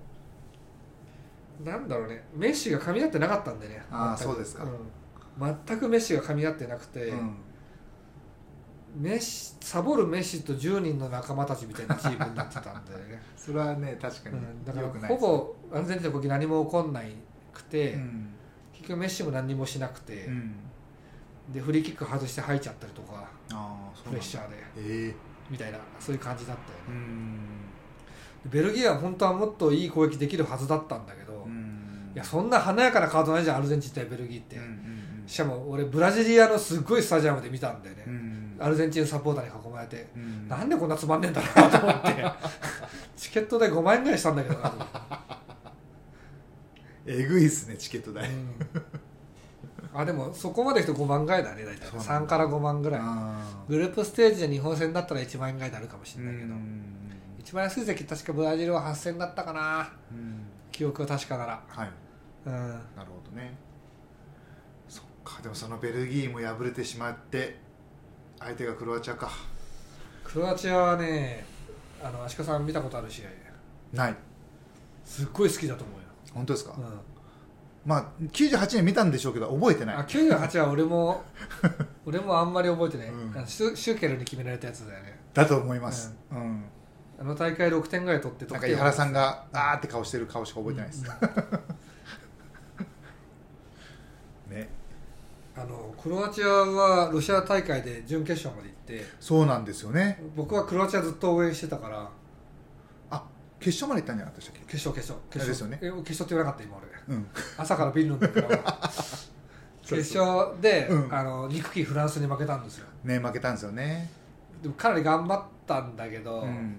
Speaker 1: なんだろうねメッシが噛み合ってなかったんでね
Speaker 2: あー
Speaker 1: 全く
Speaker 2: そうですか
Speaker 1: うん全くメッシが噛み合ってなくて、
Speaker 2: うん
Speaker 1: メッシサボるメッシと10人の仲間たちみたいなチームになってたんで ね
Speaker 2: それはね確か
Speaker 1: うん、
Speaker 2: に
Speaker 1: だか
Speaker 2: 良く
Speaker 1: ら
Speaker 2: ない
Speaker 1: ほ
Speaker 2: です
Speaker 1: ぼアルゼンチンの時何も起こんないくて、
Speaker 2: うん
Speaker 1: 結局メッシも何もしなくて、
Speaker 2: うん
Speaker 1: でフリーキック外して吐いちゃったりとか
Speaker 2: ああそう
Speaker 1: プ
Speaker 2: な
Speaker 1: レ
Speaker 2: ん
Speaker 1: ッシ
Speaker 2: だ
Speaker 1: ャーで
Speaker 2: ええ
Speaker 1: みたいなそういう感じだったよね、
Speaker 2: うん
Speaker 1: ベルギーは本当はもっといい攻撃できるはずだったんだけど、
Speaker 2: う
Speaker 1: い
Speaker 2: ん
Speaker 1: やそんな華やかなカードないじゃんアルゼンチン対ベルギーって、
Speaker 2: うんうん
Speaker 1: しかも俺ブラジリアのすっごいスタジアムで見たんだよね、
Speaker 2: うん
Speaker 1: アルゼンチンサポーターに囲まれて、
Speaker 2: うん
Speaker 1: なんでこんなつまんねえんだろうなと思って チケット代5万円ぐらいしたんだけどなと思って
Speaker 2: えぐいっすねチケット代
Speaker 1: うんあでもそこまでいくと5万ぐらいだね大体
Speaker 2: そうなん
Speaker 1: 3
Speaker 2: だ
Speaker 1: から5万ぐらい
Speaker 2: あー
Speaker 1: グループステージで日本戦だったら1万円ぐらいになるかもし
Speaker 2: う
Speaker 1: れないけど、
Speaker 2: ん
Speaker 1: 一番安い席確かブラジルは8000だったかな
Speaker 2: うん
Speaker 1: 記憶は確かなら
Speaker 2: はい
Speaker 1: うん
Speaker 2: なるほどねそっかでもそのベルギーも敗れてしまって相手がクロアチアか
Speaker 1: クロアチアはねあの足利さん見たことある試合
Speaker 2: ない
Speaker 1: すっごい好きだと思うよ、
Speaker 2: 本当ですか、
Speaker 1: うん
Speaker 2: まあ98年見たんでしょうけど覚えてない
Speaker 1: あ98は俺も 俺もあんまり覚えてない、
Speaker 2: うん
Speaker 1: あのシュシューケルに決められたやつだよね
Speaker 2: だと思います、うん
Speaker 1: あの大会6点ぐらい取って
Speaker 2: なんか井原さん
Speaker 1: が
Speaker 2: があーって顔してる顔しか覚えてないです、ね
Speaker 1: あのクロアチアはロシア大会で準決勝まで行って
Speaker 2: そうなんですよね
Speaker 1: 僕はクロアチアずっと応援してたから
Speaker 2: あ決勝まで行ったんじゃなかったでしたっ
Speaker 1: 決勝決勝決
Speaker 2: あ
Speaker 1: 勝
Speaker 2: れですよ
Speaker 1: え
Speaker 2: ね
Speaker 1: 決勝って言わなかった今俺
Speaker 2: けうん
Speaker 1: 朝からビール飲んでたから
Speaker 2: そう
Speaker 1: 決
Speaker 2: そう
Speaker 1: 勝で、
Speaker 2: うん
Speaker 1: あの憎きフランスに負けたんですよ
Speaker 2: ね負けたんですよね
Speaker 1: でもかなり頑張ったんだけど、
Speaker 2: うん、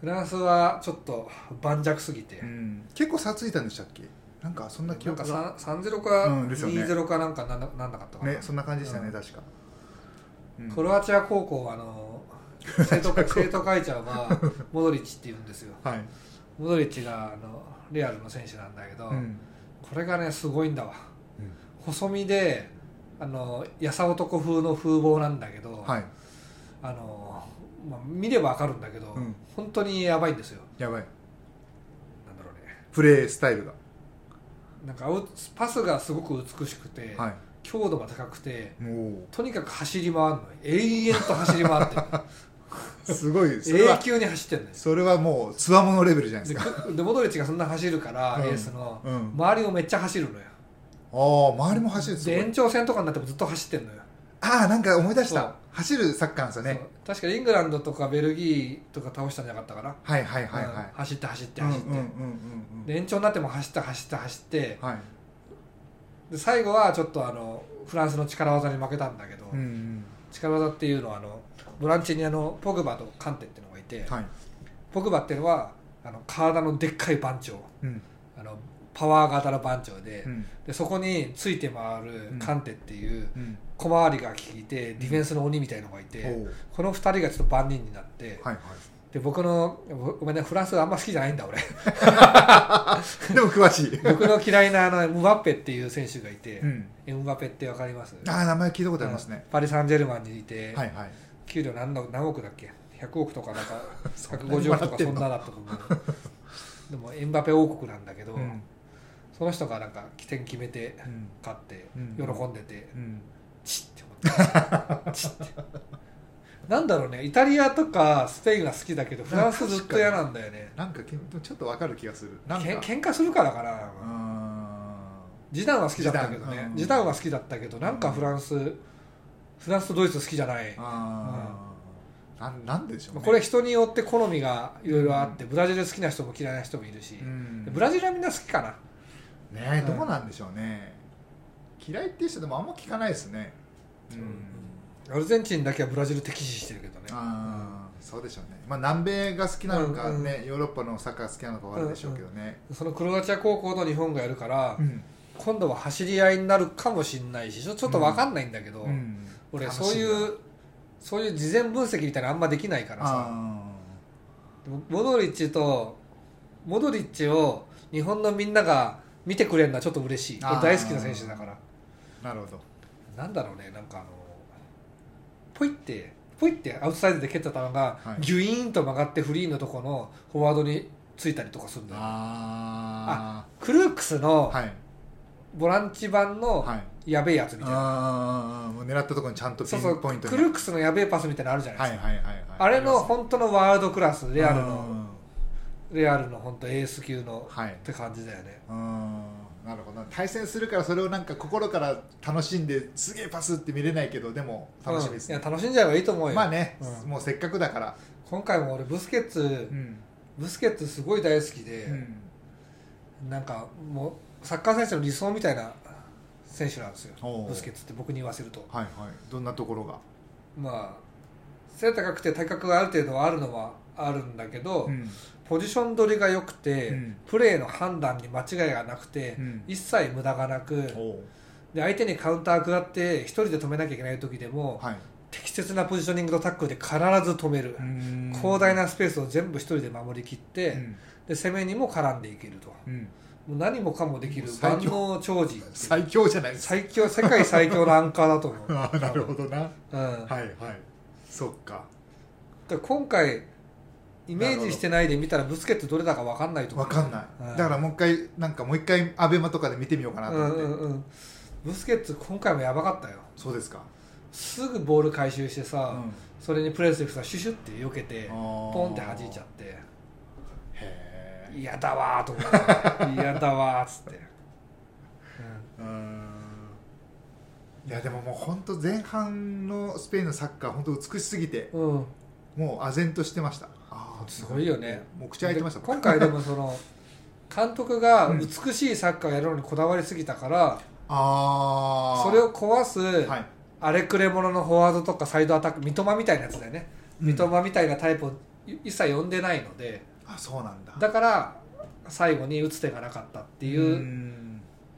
Speaker 1: フランスはちょっと盤石すぎて、
Speaker 2: うん、結構差ついたんでしたっけなんかそんな記
Speaker 1: なん
Speaker 2: 憶
Speaker 1: か
Speaker 2: が
Speaker 1: 3 3-0か
Speaker 2: うんですよね
Speaker 1: 2-0かなんかなんななんなかったかな、
Speaker 2: ねそんな感じでしたね、
Speaker 1: うん
Speaker 2: 確か、うん
Speaker 1: クロアチア高校はあの 生徒会生徒会長はモドリッチって言うんですよ
Speaker 2: はい、
Speaker 1: モドリッチがあのレアルの選手なんだけど、
Speaker 2: うん
Speaker 1: これがねすごいんだわ細身であのやさ男風の風貌なんだけど、
Speaker 2: はい
Speaker 1: あのまあ、見ればわかるんだけど、
Speaker 2: うん
Speaker 1: 本当にやばいんですよ
Speaker 2: やばい
Speaker 1: なんだろうね
Speaker 2: プレースタイルが
Speaker 1: なんかアウパスがすごく美しくて、
Speaker 2: は
Speaker 1: 強度が高くて
Speaker 2: いも
Speaker 1: とにかく走り回るの永遠と走り回ってる
Speaker 2: うすご いそれ
Speaker 1: 永
Speaker 2: は
Speaker 1: 久に走ってるんです
Speaker 2: それはもうつわものレベルじゃない
Speaker 1: で
Speaker 2: ですか
Speaker 1: くでモドリッチがそんな走るから、
Speaker 2: うん
Speaker 1: エースの、
Speaker 2: うん
Speaker 1: 周りをめっちゃ走るのよ
Speaker 2: ああ周りも走るす
Speaker 1: で
Speaker 2: ご
Speaker 1: 延
Speaker 2: い
Speaker 1: 長戦とかになってもずっと走ってるのよ、
Speaker 2: ああなんか思い出し
Speaker 1: そう
Speaker 2: た走るサッカーなんですよ
Speaker 1: そ
Speaker 2: ね
Speaker 1: う確かイングランドとかベルギーとか倒したんじゃなかったかな、
Speaker 2: はいはいはいはい
Speaker 1: うん走って走って
Speaker 2: うんうん
Speaker 1: 走って、
Speaker 2: うんうんうん
Speaker 1: で延長になっても走って走って走って
Speaker 2: はい
Speaker 1: で最後はちょっとあのフランスの力技に負けたんだけど、
Speaker 2: うんうん
Speaker 1: 力技っていうのはあのボランチにあのポグバとカンテっていうのがいて、
Speaker 2: はい
Speaker 1: ポグバっていうのはあの体のでっかい番長
Speaker 2: うん
Speaker 1: あのパワー型の番長で,、
Speaker 2: うん
Speaker 1: でそこについて回るカンテっていう
Speaker 2: うん
Speaker 1: 小回りが効いてディフェンスの鬼みたいのがいて、
Speaker 2: おう
Speaker 1: この2人がちょっと番人になって、
Speaker 2: はいは
Speaker 1: で僕のごごめんねフランスあんま好きじゃないんだ俺
Speaker 2: いでも詳しい
Speaker 1: 僕の嫌いなあのエムバッペっていう選手がいて、
Speaker 2: うん
Speaker 1: エムバペってわかります
Speaker 2: ああ名前聞いたことありますね
Speaker 1: パリ・サンジェルマンにいて、
Speaker 2: はいはい
Speaker 1: 給料何の何億だっけ100億とか なんか
Speaker 2: んなに
Speaker 1: 150億
Speaker 2: 笑
Speaker 1: と
Speaker 2: っ
Speaker 1: か
Speaker 2: て
Speaker 1: そ
Speaker 2: ん
Speaker 1: ん
Speaker 2: の
Speaker 1: なだったと思うでもエンバペ王国なんだけど、
Speaker 2: うん
Speaker 1: その人がなんか起点決めて
Speaker 2: うん
Speaker 1: 勝って
Speaker 2: うん
Speaker 1: 喜んでて、
Speaker 2: うん
Speaker 1: チッって思ってチッってなんだろうねイタリアとかスペインが好きだけどフランスずっと嫌なんだよね
Speaker 2: なんかけんちょっとわかる気がするなんか
Speaker 1: けん喧嘩するからかな
Speaker 2: うーん
Speaker 1: ジダンは好きだったけど
Speaker 2: ジダ
Speaker 1: ね
Speaker 2: ンうん
Speaker 1: ジダンは好きだったけどなんかフランスフランスとドイツ好きじゃない
Speaker 2: あーなんなんでしょう
Speaker 1: ま
Speaker 2: ね
Speaker 1: あこれ人によって好みがいろいろあってブラジル好きな人も嫌いな人もいるし
Speaker 2: うん
Speaker 1: ブラジルはみんな好きかな
Speaker 2: ね
Speaker 1: うん
Speaker 2: どうなんでしょうね嫌いっていう人でもあんま聞かないですねうん、
Speaker 1: アルゼンチンだけはブラジル敵視してるけどね
Speaker 2: ああそうでしょうね、まあ、南米が好きなのか
Speaker 1: うんうん
Speaker 2: ね、ヨーロッパのサッカー好きなのかはあるでしょうけどね、
Speaker 1: そのクロアチア高校と日本がやるから
Speaker 2: うん
Speaker 1: 今度は走り合いになるかもしれないしちょちょっと分かんないんだけど
Speaker 2: うん
Speaker 1: 俺
Speaker 2: 楽しみ
Speaker 1: そうい
Speaker 2: だ
Speaker 1: うそういう事前分析みたいなのあんまできないからさ
Speaker 2: あ
Speaker 1: でもモドリッチとモドリッチを日本のみんなが見てくれるのはちょっと嬉しい
Speaker 2: あー
Speaker 1: 俺大好きな選手だから
Speaker 2: ーなるほど
Speaker 1: なんだろうねなんかあのポイってポイってアウトサイドで蹴った球が
Speaker 2: はい
Speaker 1: ギュイーンと曲がってフリーのとこのフォワードについたりとかするんだよ
Speaker 2: あ
Speaker 1: クルークス
Speaker 2: あ
Speaker 1: の
Speaker 2: はい
Speaker 1: ボランチ版の
Speaker 2: はい
Speaker 1: やべえやつみたいな、
Speaker 2: ああもう狙ったところにちゃんとピ
Speaker 1: そう
Speaker 2: ン
Speaker 1: そう
Speaker 2: ポイント
Speaker 1: ク
Speaker 2: に
Speaker 1: ルークスのやべえパスみたいなのあるじゃない
Speaker 2: は
Speaker 1: で
Speaker 2: い
Speaker 1: す
Speaker 2: は
Speaker 1: か、
Speaker 2: いはいはい
Speaker 1: あれの
Speaker 2: ります
Speaker 1: 本当のワールドクラス
Speaker 2: ね
Speaker 1: レアル
Speaker 2: う
Speaker 1: の
Speaker 2: ん
Speaker 1: レアルの本当エース級の
Speaker 2: はい
Speaker 1: って感じだよね
Speaker 2: うんなるほど対戦するからそれをなんか心から楽しんですげえパスって見れないけどでも楽しみですね
Speaker 1: うん、いや楽しんじゃえばいいと思うよ、
Speaker 2: まあね、
Speaker 1: うん
Speaker 2: もうせっかくだから、
Speaker 1: 今回も俺ブスケッツブスケッツすごい大好きで、
Speaker 2: うん
Speaker 1: なんかもうサッカー選手の理想みたいな選手なんですよ
Speaker 2: おう
Speaker 1: ブスケッツって僕に言わせると
Speaker 2: はいはいどんなところが、
Speaker 1: まあ背高くて体格がある程度はあるのはあるんだけど、
Speaker 2: うん
Speaker 1: ポジション取りが良くて、
Speaker 2: うん
Speaker 1: プレーの判断に間違いがなくて、
Speaker 2: うん
Speaker 1: 一切無駄がなく
Speaker 2: おう
Speaker 1: で相手にカウンター下って一人で止めなきゃいけない時でも、
Speaker 2: はい
Speaker 1: 適切なポジショニングとタックルで必ず止める、広
Speaker 2: 広
Speaker 1: 大なスペースを全部一人で守りきって、
Speaker 2: うん
Speaker 1: で攻めにも絡んでいけると
Speaker 2: うん
Speaker 1: もう何もかもできる
Speaker 2: もう最
Speaker 1: 万
Speaker 2: 強
Speaker 1: 能超人
Speaker 2: 最強じゃないですか
Speaker 1: 最強世界最強のアンカーだと思う
Speaker 2: あーなるほど
Speaker 1: う
Speaker 2: な
Speaker 1: ん、だか
Speaker 2: はいはいそっから
Speaker 1: 今回イメージしてないで見たらブスケットどれだか分かんないと思
Speaker 2: わ
Speaker 1: う
Speaker 2: かんない、
Speaker 1: うん
Speaker 2: だからもう一回なんかもう一回アベマとかで見てみようかなと
Speaker 1: う
Speaker 2: 思
Speaker 1: ん
Speaker 2: って、
Speaker 1: うんうんブスケッツ今回もやばかったよ
Speaker 2: そうですか、
Speaker 1: すぐボール回収して
Speaker 2: う
Speaker 1: さ、それにプレスでさシュシュって避けてポ
Speaker 2: ポ
Speaker 1: ンって弾いちゃって
Speaker 2: へえ
Speaker 1: 嫌だわーと思って 嫌だわーっつって、
Speaker 2: うーんいやでももう本当前半のスペインのサッカー本当美しすぎて
Speaker 1: うんうん、
Speaker 2: もう唖然としてましたあー
Speaker 1: すごいよね
Speaker 2: もう口開いてました
Speaker 1: で今回でもその監督が美しいサッカーをやるのにこだわりすぎたから、
Speaker 2: ああ
Speaker 1: それを壊す、
Speaker 2: はい
Speaker 1: 荒れくれ者のフォワードとかサイドアタック三笘みたいなやつだよね、
Speaker 2: うん
Speaker 1: 三笘みたいなタイプを一切呼んでないので
Speaker 2: あそうなんだ
Speaker 1: だから最後に打つ手がなかったって
Speaker 2: て
Speaker 1: いう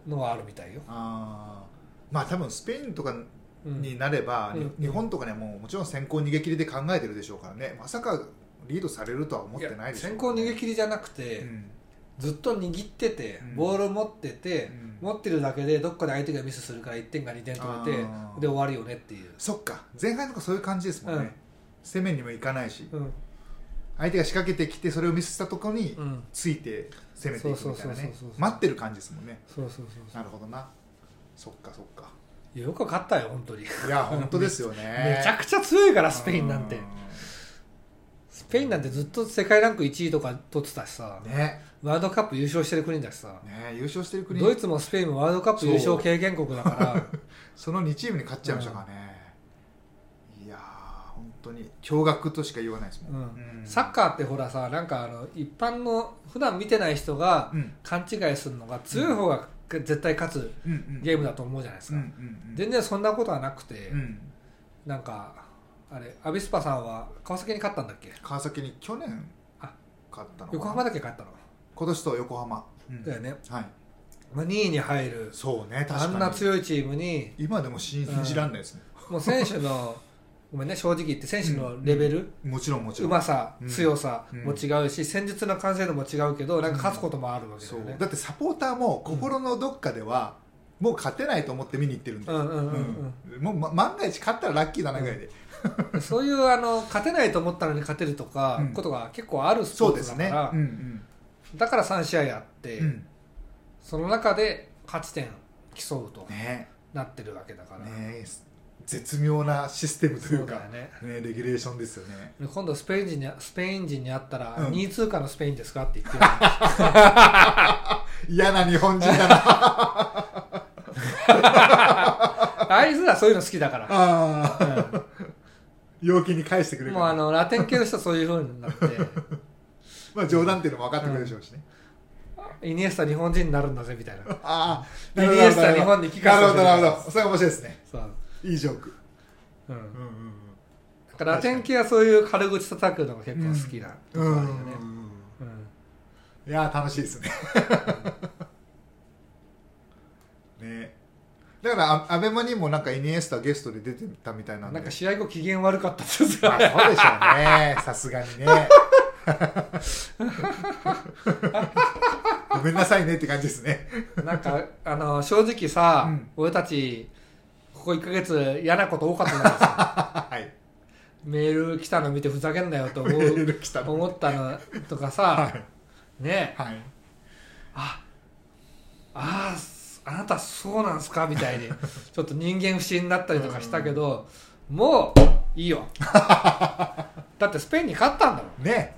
Speaker 1: のはあるみたいよ、
Speaker 2: ああまあ多分スペインとか
Speaker 1: うん
Speaker 2: になれば、
Speaker 1: うん
Speaker 2: に日本とかねもうもちろん先行逃げ切りで考えてるでしょうからねまさかリードされるとは思ってないでしょう
Speaker 1: 先行逃げ切りじゃなくて、
Speaker 2: うん
Speaker 1: ずっと握ってて
Speaker 2: うん
Speaker 1: ボールを持ってて、
Speaker 2: うん
Speaker 1: 持ってるだけでどっかで相手がミスするから1点が2点取れて
Speaker 2: あー
Speaker 1: で終わるよねっていう、
Speaker 2: そっか前半とかそういう感じですもんね、
Speaker 1: うん
Speaker 2: 攻めにもいかないし
Speaker 1: うん
Speaker 2: 相手が仕掛けてきてそれをミスしたところに
Speaker 1: うん、
Speaker 2: ついて攻めていくみたい
Speaker 1: そうそうそ
Speaker 2: な
Speaker 1: うそう
Speaker 2: ね
Speaker 1: そう
Speaker 2: 待ってる感じですもんね
Speaker 1: そうそうそうそ
Speaker 2: なるほどなそっかそっか
Speaker 1: ういやよく勝ったよ本当に、
Speaker 2: いや本当ですよね
Speaker 1: めちゃくちゃ強いからスペインなんて、
Speaker 2: う
Speaker 1: スペインなんてずっと世界ランク1位とか取ってたしさ、
Speaker 2: ね
Speaker 1: ワールドカップ優勝してる国だしさ、
Speaker 2: ね優勝してる国
Speaker 1: ドイツもスペインもワールドカップ優勝経験国だか
Speaker 2: その2チームに勝っちゃいましたからね、いやー本当に驚愕としか言わないですもん、
Speaker 1: うんらサッカーってほらさなんかあの一般の普段見てない人が
Speaker 2: うん
Speaker 1: 勘違いするのが強い方が絶対勝つ
Speaker 2: うんうん
Speaker 1: ゲームだと思うじゃないです
Speaker 2: う
Speaker 1: か、
Speaker 2: んうんうん
Speaker 1: 全然そんなことはなくて、
Speaker 2: うん
Speaker 1: なんかあれアビスパさんは川崎に勝ったんだっけ
Speaker 2: 川崎に去年
Speaker 1: あ
Speaker 2: 勝ったのかな
Speaker 1: 横浜だっけ勝ったの、
Speaker 2: 今年と横浜、うん
Speaker 1: だよね、
Speaker 2: はい
Speaker 1: まあ、2位に入る
Speaker 2: そうね
Speaker 1: あ
Speaker 2: 確
Speaker 1: んな
Speaker 2: かに
Speaker 1: 強いチームに
Speaker 2: 今でも信じらんないですね、
Speaker 1: もう選手 のごめんね正直言って選手のレベル、
Speaker 2: もちろんもち
Speaker 1: う
Speaker 2: ろん
Speaker 1: まさ、
Speaker 2: うん
Speaker 1: 強さ
Speaker 2: うん
Speaker 1: も違うし、戦術の完成度も違うけどなんか勝つこともあるわけだ
Speaker 2: そ
Speaker 1: よ
Speaker 2: う
Speaker 1: ね、
Speaker 2: だってサポーターも心のどっかでは、もう勝てないと思って見に行ってるんだ
Speaker 1: う
Speaker 2: よ、
Speaker 1: んうんうん
Speaker 2: うんもう、ま、万が一勝ったらラッキーだなぐらいで、
Speaker 1: うん、そういうあの勝てないと思ったのに勝てるとか、
Speaker 2: うん
Speaker 1: ことが結構あるスポ
Speaker 2: そう
Speaker 1: ー
Speaker 2: で
Speaker 1: ツだ
Speaker 2: すね
Speaker 1: から、
Speaker 2: うんうん
Speaker 1: だから3試合やって、
Speaker 2: うん
Speaker 1: その中で勝ち点競うと
Speaker 2: ね
Speaker 1: なってるわけだから、
Speaker 2: ね絶妙なシステムというか
Speaker 1: そうだよ
Speaker 2: ねレギュレーションですよね
Speaker 1: 今度スペイン人にスペイン人に会ったら、
Speaker 2: うん
Speaker 1: 2位通過のスペインですかって言ってる
Speaker 2: 嫌な日本人だな
Speaker 1: あいつらそういうの好きだから、
Speaker 2: あー
Speaker 1: うん
Speaker 2: 陽気に返してくれるか
Speaker 1: もう
Speaker 2: ら
Speaker 1: あのラテン系の人はそういうふうになって
Speaker 2: まあ冗談っていうのも分かってくれるでしょうしね、
Speaker 1: イニエスタ日本人になるんだぜみたいな
Speaker 2: ああ
Speaker 1: イニエスタ日本に帰化
Speaker 2: な
Speaker 1: す
Speaker 2: る
Speaker 1: る
Speaker 2: ほどなるほどそれが面白いですね
Speaker 1: そう、
Speaker 2: いいジョーク
Speaker 1: う、
Speaker 2: うんんうん
Speaker 1: だからラテン系はそういう軽口叩くのが結構好きなとこ
Speaker 2: うん
Speaker 1: ろあ
Speaker 2: う
Speaker 1: るよ
Speaker 2: んうん
Speaker 1: ねうん
Speaker 2: いやー楽しいですね ねだからあアベマにもなんかイニエスタゲストで出てたみたいなんで
Speaker 1: なんか試合後機嫌悪かったです
Speaker 2: まあそうでしょう ねさすがにねごめんなさいねって感じですね
Speaker 1: なんかあの正直さ、
Speaker 2: うん
Speaker 1: 俺たちここ1ヶ月嫌なこと多かったじゃないです か
Speaker 2: はい
Speaker 1: メール来たの見てふざけんなよと
Speaker 2: メ
Speaker 1: 思
Speaker 2: ー
Speaker 1: う
Speaker 2: ル来たの
Speaker 1: 思ったのとか
Speaker 2: は
Speaker 1: さ
Speaker 2: い
Speaker 1: ねえ
Speaker 2: はい
Speaker 1: ああーすあなたそうなんすかみたい にちょっと人間不信になったりとかしたけどもういいよ だってスペインに勝ったんだも
Speaker 2: ね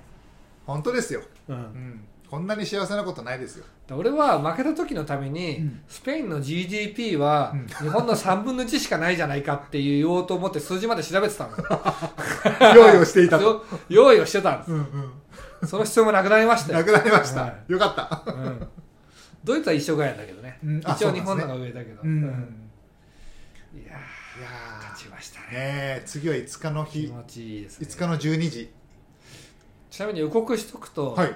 Speaker 2: 本当ですよ、
Speaker 1: ん、
Speaker 2: う
Speaker 1: だか
Speaker 2: ん、こんなに幸せなことないですよ
Speaker 1: ら俺は負けた時のために、
Speaker 2: うん
Speaker 1: スペインの GDP は
Speaker 2: うん
Speaker 1: 日本の3分の1しかないじゃないかって言おうと思って数字まで調べてたの
Speaker 2: 用意をしていたと
Speaker 1: よ用意をしてたんで
Speaker 2: うんうん
Speaker 1: すその必要もなくなりました
Speaker 2: な
Speaker 1: よ、
Speaker 2: くなりました、
Speaker 1: は
Speaker 2: よかった
Speaker 1: うん、ドイツは一緒ぐらいだけどね、
Speaker 2: うんあ
Speaker 1: 一
Speaker 2: そう
Speaker 1: 応
Speaker 2: なん
Speaker 1: 日
Speaker 2: ですね
Speaker 1: 本のが上だけど、
Speaker 2: うん、
Speaker 1: うんいや
Speaker 2: いや
Speaker 1: ー
Speaker 2: ー
Speaker 1: 勝ちましたね
Speaker 2: ねえ次は5日の
Speaker 1: 気
Speaker 2: 日
Speaker 1: 持ちいいですね
Speaker 2: 5日の12時
Speaker 1: ちなみに予告しとくと、
Speaker 2: はい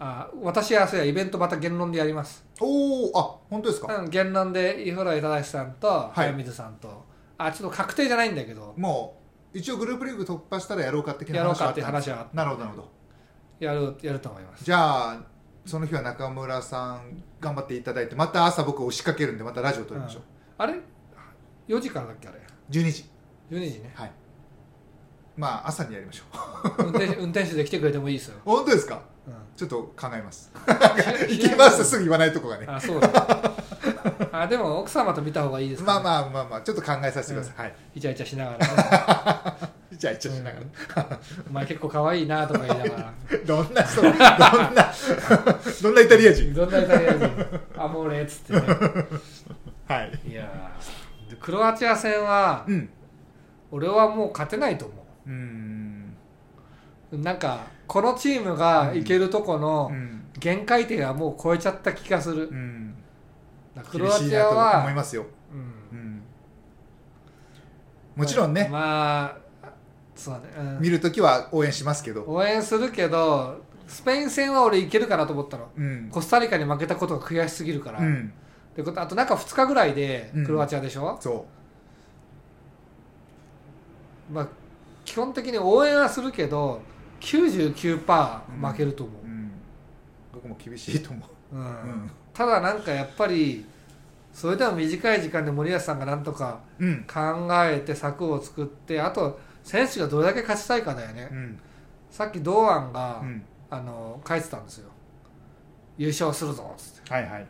Speaker 1: あ私はそうやイベントまた言論でやります、
Speaker 2: おおあ本当ですか、
Speaker 1: うん、言論で井原忠さんと
Speaker 2: い
Speaker 1: 早水さんと、あちょっと確定じゃないんだけど
Speaker 2: もう一応グループリーグ突破したらやろうか的な
Speaker 1: やろう
Speaker 2: 話は
Speaker 1: か
Speaker 2: あ
Speaker 1: っ
Speaker 2: ってた
Speaker 1: いうん
Speaker 2: です
Speaker 1: 話は
Speaker 2: なるほどなるほど
Speaker 1: やるやると思います
Speaker 2: じゃあその日は中村さん頑張っていただいてまた朝僕押しかけるんでまたラジオ撮りましょう、
Speaker 1: あれ4時からだっけあれ
Speaker 2: 12時
Speaker 1: 12時ね
Speaker 2: はいまあ朝にやりましょう
Speaker 1: 運転運転手で来てくれてもいいですよ、
Speaker 2: 本当ですか
Speaker 1: うん、
Speaker 2: ちょっと考えます
Speaker 1: い
Speaker 2: 行きますすぐ言わないとこがね
Speaker 1: あそうだあでも奥様と見た方がいいですか
Speaker 2: ま
Speaker 1: ら、
Speaker 2: あまあまあまあちょっと考えさせてください、はい
Speaker 1: イチャイチャしながら、ね、
Speaker 2: イチャイチャしながら、
Speaker 1: お前結構可愛いなとか言いながら
Speaker 2: どんな人、どん な、どんなイタリア人。
Speaker 1: どんなイタリア人アモーレっつってね
Speaker 2: はい。
Speaker 1: いやーでクロアチア戦は
Speaker 2: うん。
Speaker 1: 俺はもう勝てないと思
Speaker 2: うん。
Speaker 1: うなんかこのチームがいけるとこの
Speaker 2: うん。
Speaker 1: 限界点はもう超えちゃった気がする
Speaker 2: うん。
Speaker 1: だからク
Speaker 2: 厳
Speaker 1: ロア
Speaker 2: しい
Speaker 1: チ
Speaker 2: な
Speaker 1: ア
Speaker 2: と思い
Speaker 1: は
Speaker 2: ますよ。
Speaker 1: うん
Speaker 2: うん。もちろんね、
Speaker 1: まあそうだね、うん
Speaker 2: 見るときは応援しますけど。
Speaker 1: 応援するけどスペイン戦は俺いけるかなと思ったの
Speaker 2: うん。
Speaker 1: コスタリカに負けたことが悔しすぎるから、
Speaker 2: うん。
Speaker 1: でことあと中2日ぐらいで
Speaker 2: うん
Speaker 1: クロアチアでしょ、
Speaker 2: そ
Speaker 1: まあ、基本的に応援はするけど99%負けると思
Speaker 2: う。うん。僕も厳しいと思う。
Speaker 1: う、
Speaker 2: う
Speaker 1: うん
Speaker 2: ん。
Speaker 1: ただなんかやっぱりそれでも短い時間で森保さんがなんとか
Speaker 2: うん。
Speaker 1: 考えて策を作ってあと選手がどれだけ勝ちたいかだよね、
Speaker 2: うん。
Speaker 1: さっき堂安が、
Speaker 2: うん。
Speaker 1: あの書いてたんですよ優勝するぞっつって
Speaker 2: はいはい。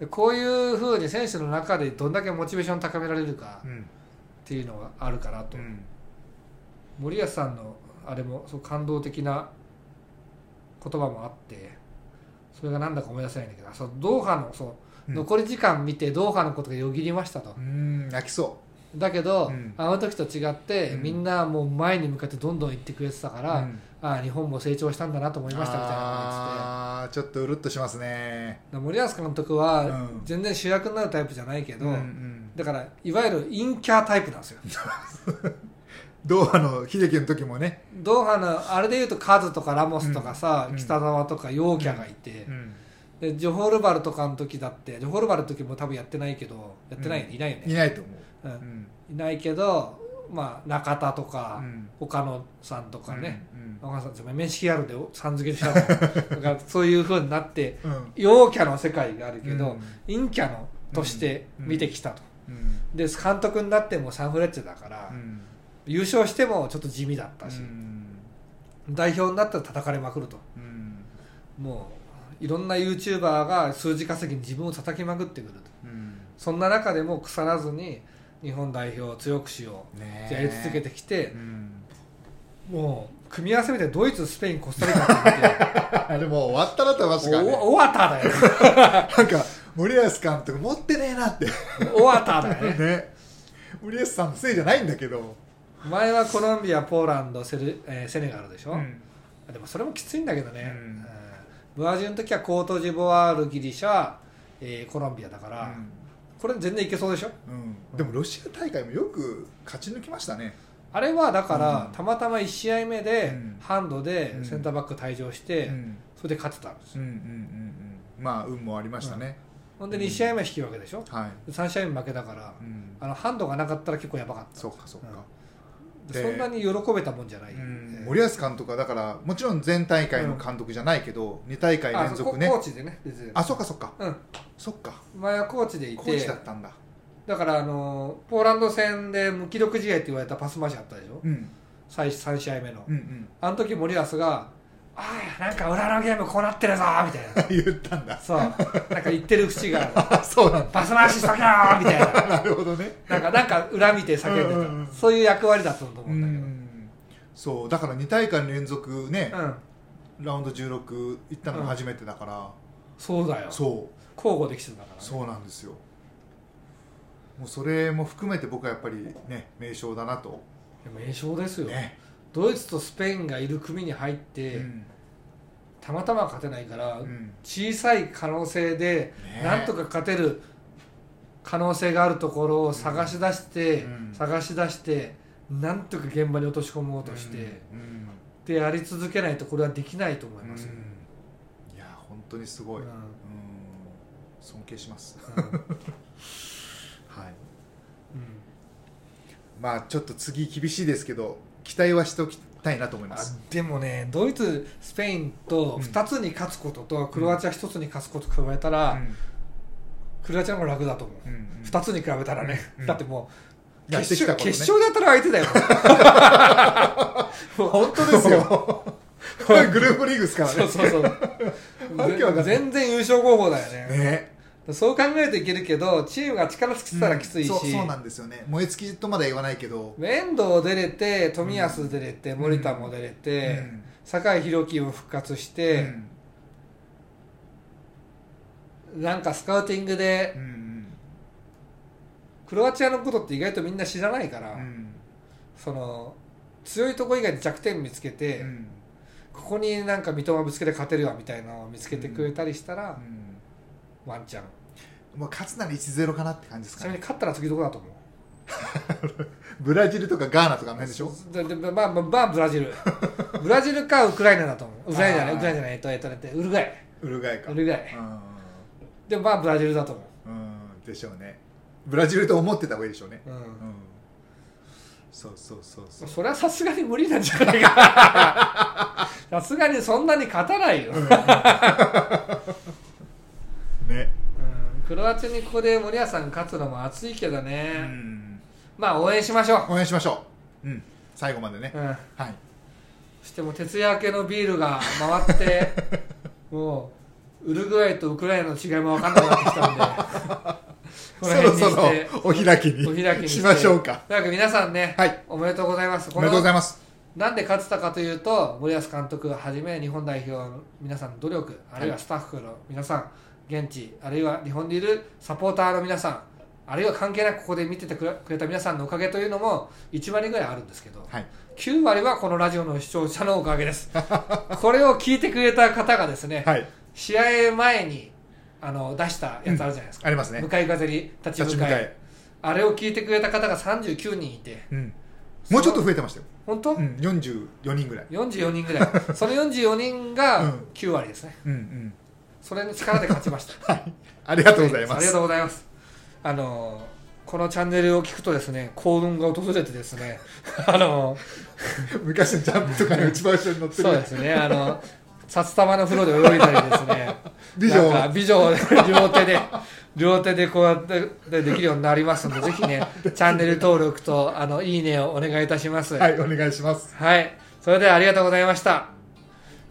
Speaker 1: でこういうふうに選手の中でどんだけモチベーション高められるか
Speaker 2: う
Speaker 1: っ
Speaker 2: ん。
Speaker 1: ていうのがあるかなと、
Speaker 2: うん。
Speaker 1: 森保さんのあれもそう感動的な言葉もあってそれがなんだか思い出せないんだけどそうドーハのそう
Speaker 2: うん
Speaker 1: 残り時間見てドーハのことがよぎりましたと、
Speaker 2: うん。泣きそ
Speaker 1: だけど、
Speaker 2: うん
Speaker 1: あの時と違って、
Speaker 2: うん
Speaker 1: みんなもう前に向かってどんどん行ってくれてたか
Speaker 2: う。
Speaker 1: ら、
Speaker 2: うん
Speaker 1: ああ日本も成長したんだなと思いましたみたいなこと言ってて
Speaker 2: ああ、ちょっとうるっとしますね。
Speaker 1: だから森保監督
Speaker 2: う
Speaker 1: は
Speaker 2: ん
Speaker 1: 全然主役になるタイプじゃないけど、
Speaker 2: うんうん。
Speaker 1: だからいわゆる陰キャータイプなんですよ
Speaker 2: ドーハの秀樹の時もね、
Speaker 1: ドーハのあれでいうとカズとかラモスとかさ、
Speaker 2: うん
Speaker 1: 北澤とか陽キャがいて、でジョホールバルとかの時だってジョホールバルの時も多分やってないけどやってない、
Speaker 2: うん
Speaker 1: いないよ
Speaker 2: い
Speaker 1: ね、
Speaker 2: ないと思
Speaker 1: う
Speaker 2: う、
Speaker 1: ん
Speaker 2: うん
Speaker 1: いないけどまあ中田とか、
Speaker 2: うん
Speaker 1: 岡野さんとかね、
Speaker 2: うん
Speaker 1: 若さんですよ面識あるでさん付けしたのだ からそういうふうになって
Speaker 2: うんうん
Speaker 1: 陽キャの世界があるけど、
Speaker 2: うん
Speaker 1: 陰キャのとして見てきたと、
Speaker 2: うん
Speaker 1: で監督になってもサンフレッチェだから、
Speaker 2: うん
Speaker 1: 優勝してもちょっと地味だったし、
Speaker 2: うん
Speaker 1: 代表になったら叩かれまくると
Speaker 2: うん
Speaker 1: もういろんな YouTuber が数字稼ぎに自分を叩きまくってくると
Speaker 2: うん
Speaker 1: そんな中でも腐らずに日本代表を強くしよう、
Speaker 2: ねえ
Speaker 1: やり続けてきて
Speaker 2: う、ん、
Speaker 1: もう組み合わせ見てドイツスペインコスタリカ って
Speaker 2: あれもう終わったなと思いました
Speaker 1: 見て
Speaker 2: からね
Speaker 1: お終わっただよ
Speaker 2: なんか森保監督持ってねえなって
Speaker 1: 終わっただよね
Speaker 2: ね森保さんのせいじゃないんだけど、
Speaker 1: 前はコロンビアポーランドセル、えーセネガルでしょ、
Speaker 2: うん
Speaker 1: でもそれもきついんだけどね、
Speaker 2: う
Speaker 1: うんんブラジルの時はコートジボワールギリシャ、えーコロンビアだから、これ全然いけそうでしょ
Speaker 2: うん、でもロシア大会もよく勝ち抜きましたね
Speaker 1: あれはだから、
Speaker 2: うん
Speaker 1: たまたま1試合目で、
Speaker 2: うん
Speaker 1: ハンド
Speaker 2: う
Speaker 1: で
Speaker 2: ん
Speaker 1: センターバック退場して、
Speaker 2: うん
Speaker 1: それで勝てたんです
Speaker 2: うんうんうんうんまあ運もありましたね、
Speaker 1: ほんで2試合目引き分けでしょ、
Speaker 2: はい、
Speaker 1: 3試合目負けだから、
Speaker 2: うん、
Speaker 1: あのハンドがなかったら結構やばかった
Speaker 2: そうかそうか、
Speaker 1: でそ
Speaker 2: で
Speaker 1: んなに喜べたもんじゃない、
Speaker 2: うん
Speaker 1: えー
Speaker 2: 森保監督はだからもちろん全大会の監督じゃないけど、二2大会連続ね
Speaker 1: あそうココーチでね出てる
Speaker 2: あそっかそっか
Speaker 1: うん
Speaker 2: そっか
Speaker 1: 前はコーチでいて
Speaker 2: コーチだったんだ
Speaker 1: だからあのポーランド戦で無気力試合って言われたパス回しあったでしょ、
Speaker 2: うん
Speaker 1: 最3試合目の、
Speaker 2: うんうん
Speaker 1: あの時森保が「ああなんか裏のゲームこうなってるぞ」みたいな
Speaker 2: 言ったんだ
Speaker 1: そうなんか言ってる口が
Speaker 2: あ そうなん
Speaker 1: 「パス回ししとけよ」みたいな
Speaker 2: だ なるほどね
Speaker 1: なんかなんか裏見て叫んでた、
Speaker 2: うんうんうん
Speaker 1: そういう役割だったと思
Speaker 2: う
Speaker 1: うんだけど、うん
Speaker 2: んそうだから2大会連続ね、ラウンド16行ったのが初めてだから、
Speaker 1: そうだよ交
Speaker 2: そう
Speaker 1: 互できてたから、ね、
Speaker 2: そうなんですよもうそれも含めて僕はやっぱりね名称だなと
Speaker 1: でも名勝ですよ、
Speaker 2: ね、
Speaker 1: ドイツとスペインがいる組に入っ
Speaker 2: う
Speaker 1: て、
Speaker 2: ん
Speaker 1: たまたま勝てないから、
Speaker 2: うん
Speaker 1: 小さい可能性で
Speaker 2: ね
Speaker 1: なんとか勝てる可能性があるところを探し出して、
Speaker 2: うん
Speaker 1: 探し出してなんとか現場に落とし込もうとして、
Speaker 2: うん
Speaker 1: でやり続けないとこれはできないと思
Speaker 2: う
Speaker 1: い
Speaker 2: ん
Speaker 1: ますよ、
Speaker 2: いや本当にすごい、
Speaker 1: う
Speaker 2: うん
Speaker 1: ん
Speaker 2: 尊敬します、はい、
Speaker 1: うん
Speaker 2: まあちょっと次厳しいですけど期待はしておきたいなと思い ま
Speaker 1: あ
Speaker 2: す
Speaker 1: でもねドイツスペインと
Speaker 2: うん
Speaker 1: 2つに勝つこととクロアチア1つに勝つこと加えたら、クロアチアの方が楽だと思う、2つに比べたらね、
Speaker 2: うん
Speaker 1: だってもう
Speaker 2: や
Speaker 1: 決
Speaker 2: ってき
Speaker 1: 勝,、
Speaker 2: たことね
Speaker 1: 決勝で当たる相手だよ
Speaker 2: 本当ですよ これグループリーグですからね
Speaker 1: そうそうそう
Speaker 2: わけわかんない
Speaker 1: 全然優勝候補だよね
Speaker 2: ね
Speaker 1: そう考えるといけるけどチームが力尽きてたらきついし、
Speaker 2: うんそうそうなんですよね燃え尽きとまでは言わないけど、
Speaker 1: 遠藤出れて冨安出れて、森田も出れて、
Speaker 2: うん
Speaker 1: 酒井宏樹も復活し
Speaker 2: う
Speaker 1: て、
Speaker 2: ん
Speaker 1: なんかスカウティング
Speaker 2: う
Speaker 1: で
Speaker 2: ん
Speaker 1: クロアチアのことって意外とみんな知らないから、
Speaker 2: うんうん
Speaker 1: その強いとこ以外で弱点見つけて、
Speaker 2: うん
Speaker 1: ここになんか三笘ぶつけて勝てるわみたいなのを見つけてくれたりしたら、ワンチャン
Speaker 2: もう勝つなら1-0かなって感じです
Speaker 1: ち
Speaker 2: か
Speaker 1: なみに
Speaker 2: ね
Speaker 1: 勝ったら次どこだと思う
Speaker 2: ブラジルとかガーナとかあの辺でしょ
Speaker 1: ででまあまあ、まあ、ブラジ ルブラジルかウクライナだと思うウクライナじゃない
Speaker 2: あー
Speaker 1: ウクライナじゃないえっとえっとえっとウルグアイ
Speaker 2: ウルグアイか
Speaker 1: ウルグアイでもまあブラジルだと思
Speaker 2: うんうんでしょうねブラジルと思ってた方がいいでしょうね
Speaker 1: う、うん
Speaker 2: うんそうそうそうそう
Speaker 1: それはさすがに無理なんじゃないか なさすがにそんなに勝たないよ、うん
Speaker 2: ね
Speaker 1: クロアチアにここで森保さんが勝つのも熱いけどね、
Speaker 2: うん
Speaker 1: まあ応援しましょ
Speaker 2: 応援しましょううん最後までね
Speaker 1: う、うん、
Speaker 2: はい
Speaker 1: そしてもう徹夜明けのビールが回って もうウルグアイとウクライナの違いも分かんなくなってき たんでこの
Speaker 2: そ
Speaker 1: 辺
Speaker 2: ろ
Speaker 1: に
Speaker 2: そ
Speaker 1: し
Speaker 2: ろ
Speaker 1: て
Speaker 2: お開き
Speaker 1: お開き
Speaker 2: に
Speaker 1: に
Speaker 2: してしましょうか
Speaker 1: なんか皆さんね、
Speaker 2: はい
Speaker 1: おめでとうございます
Speaker 2: おめでとうござい
Speaker 1: ま
Speaker 2: ます
Speaker 1: すなんで勝てたかというと森保監督はじめ日本代表の皆さんの努力あるいはスタッフの皆さん、現地あるいは日本にいるサポーターの皆さんあるいは関係なくここで見ててくれくれた皆さんのおかげというのも1割ぐらいあるんですけど、
Speaker 2: はい
Speaker 1: 9割はこのラジオの視聴者のおかげです これを聞いてくれた方がですね、
Speaker 2: はい
Speaker 1: 試合前にあの出したやつあるじゃないですか、
Speaker 2: ありますね
Speaker 1: 向かい風に立ち
Speaker 2: 立ち
Speaker 1: 向
Speaker 2: 向
Speaker 1: かい
Speaker 2: かい
Speaker 1: あれを聞いてくれた方が39人いて
Speaker 2: うんもうちょっと増えてましたよ
Speaker 1: 本当、
Speaker 2: うん44人ぐらい
Speaker 1: 44人ぐ らいその44人
Speaker 2: うん
Speaker 1: が9割ですね、
Speaker 2: うんうん
Speaker 1: それの力で勝ちま した
Speaker 2: はいありがとうござい
Speaker 1: あ
Speaker 2: ま
Speaker 1: りが
Speaker 2: す
Speaker 1: とうございますあのこのチャンネルを聞くとですね幸運が訪れてですね あの
Speaker 2: 昔のジャンプとかに一番後ろに乗って
Speaker 1: そう
Speaker 2: る
Speaker 1: ですねあの札束の風呂で泳いだりですね
Speaker 2: 美
Speaker 1: なん
Speaker 2: 女
Speaker 1: か美女を両手で両手でこうやってでできるようになりますのでぜひ ねチャンネル登録とあのいいねをお願いいたします
Speaker 2: はいお願いします
Speaker 1: はい。それではありがとうございました。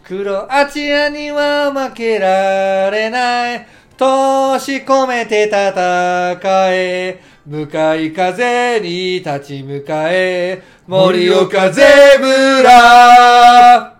Speaker 1: クロアチアには負けられない。年込めて戦え。向かい風に立ち向かえ森岡ゼブラ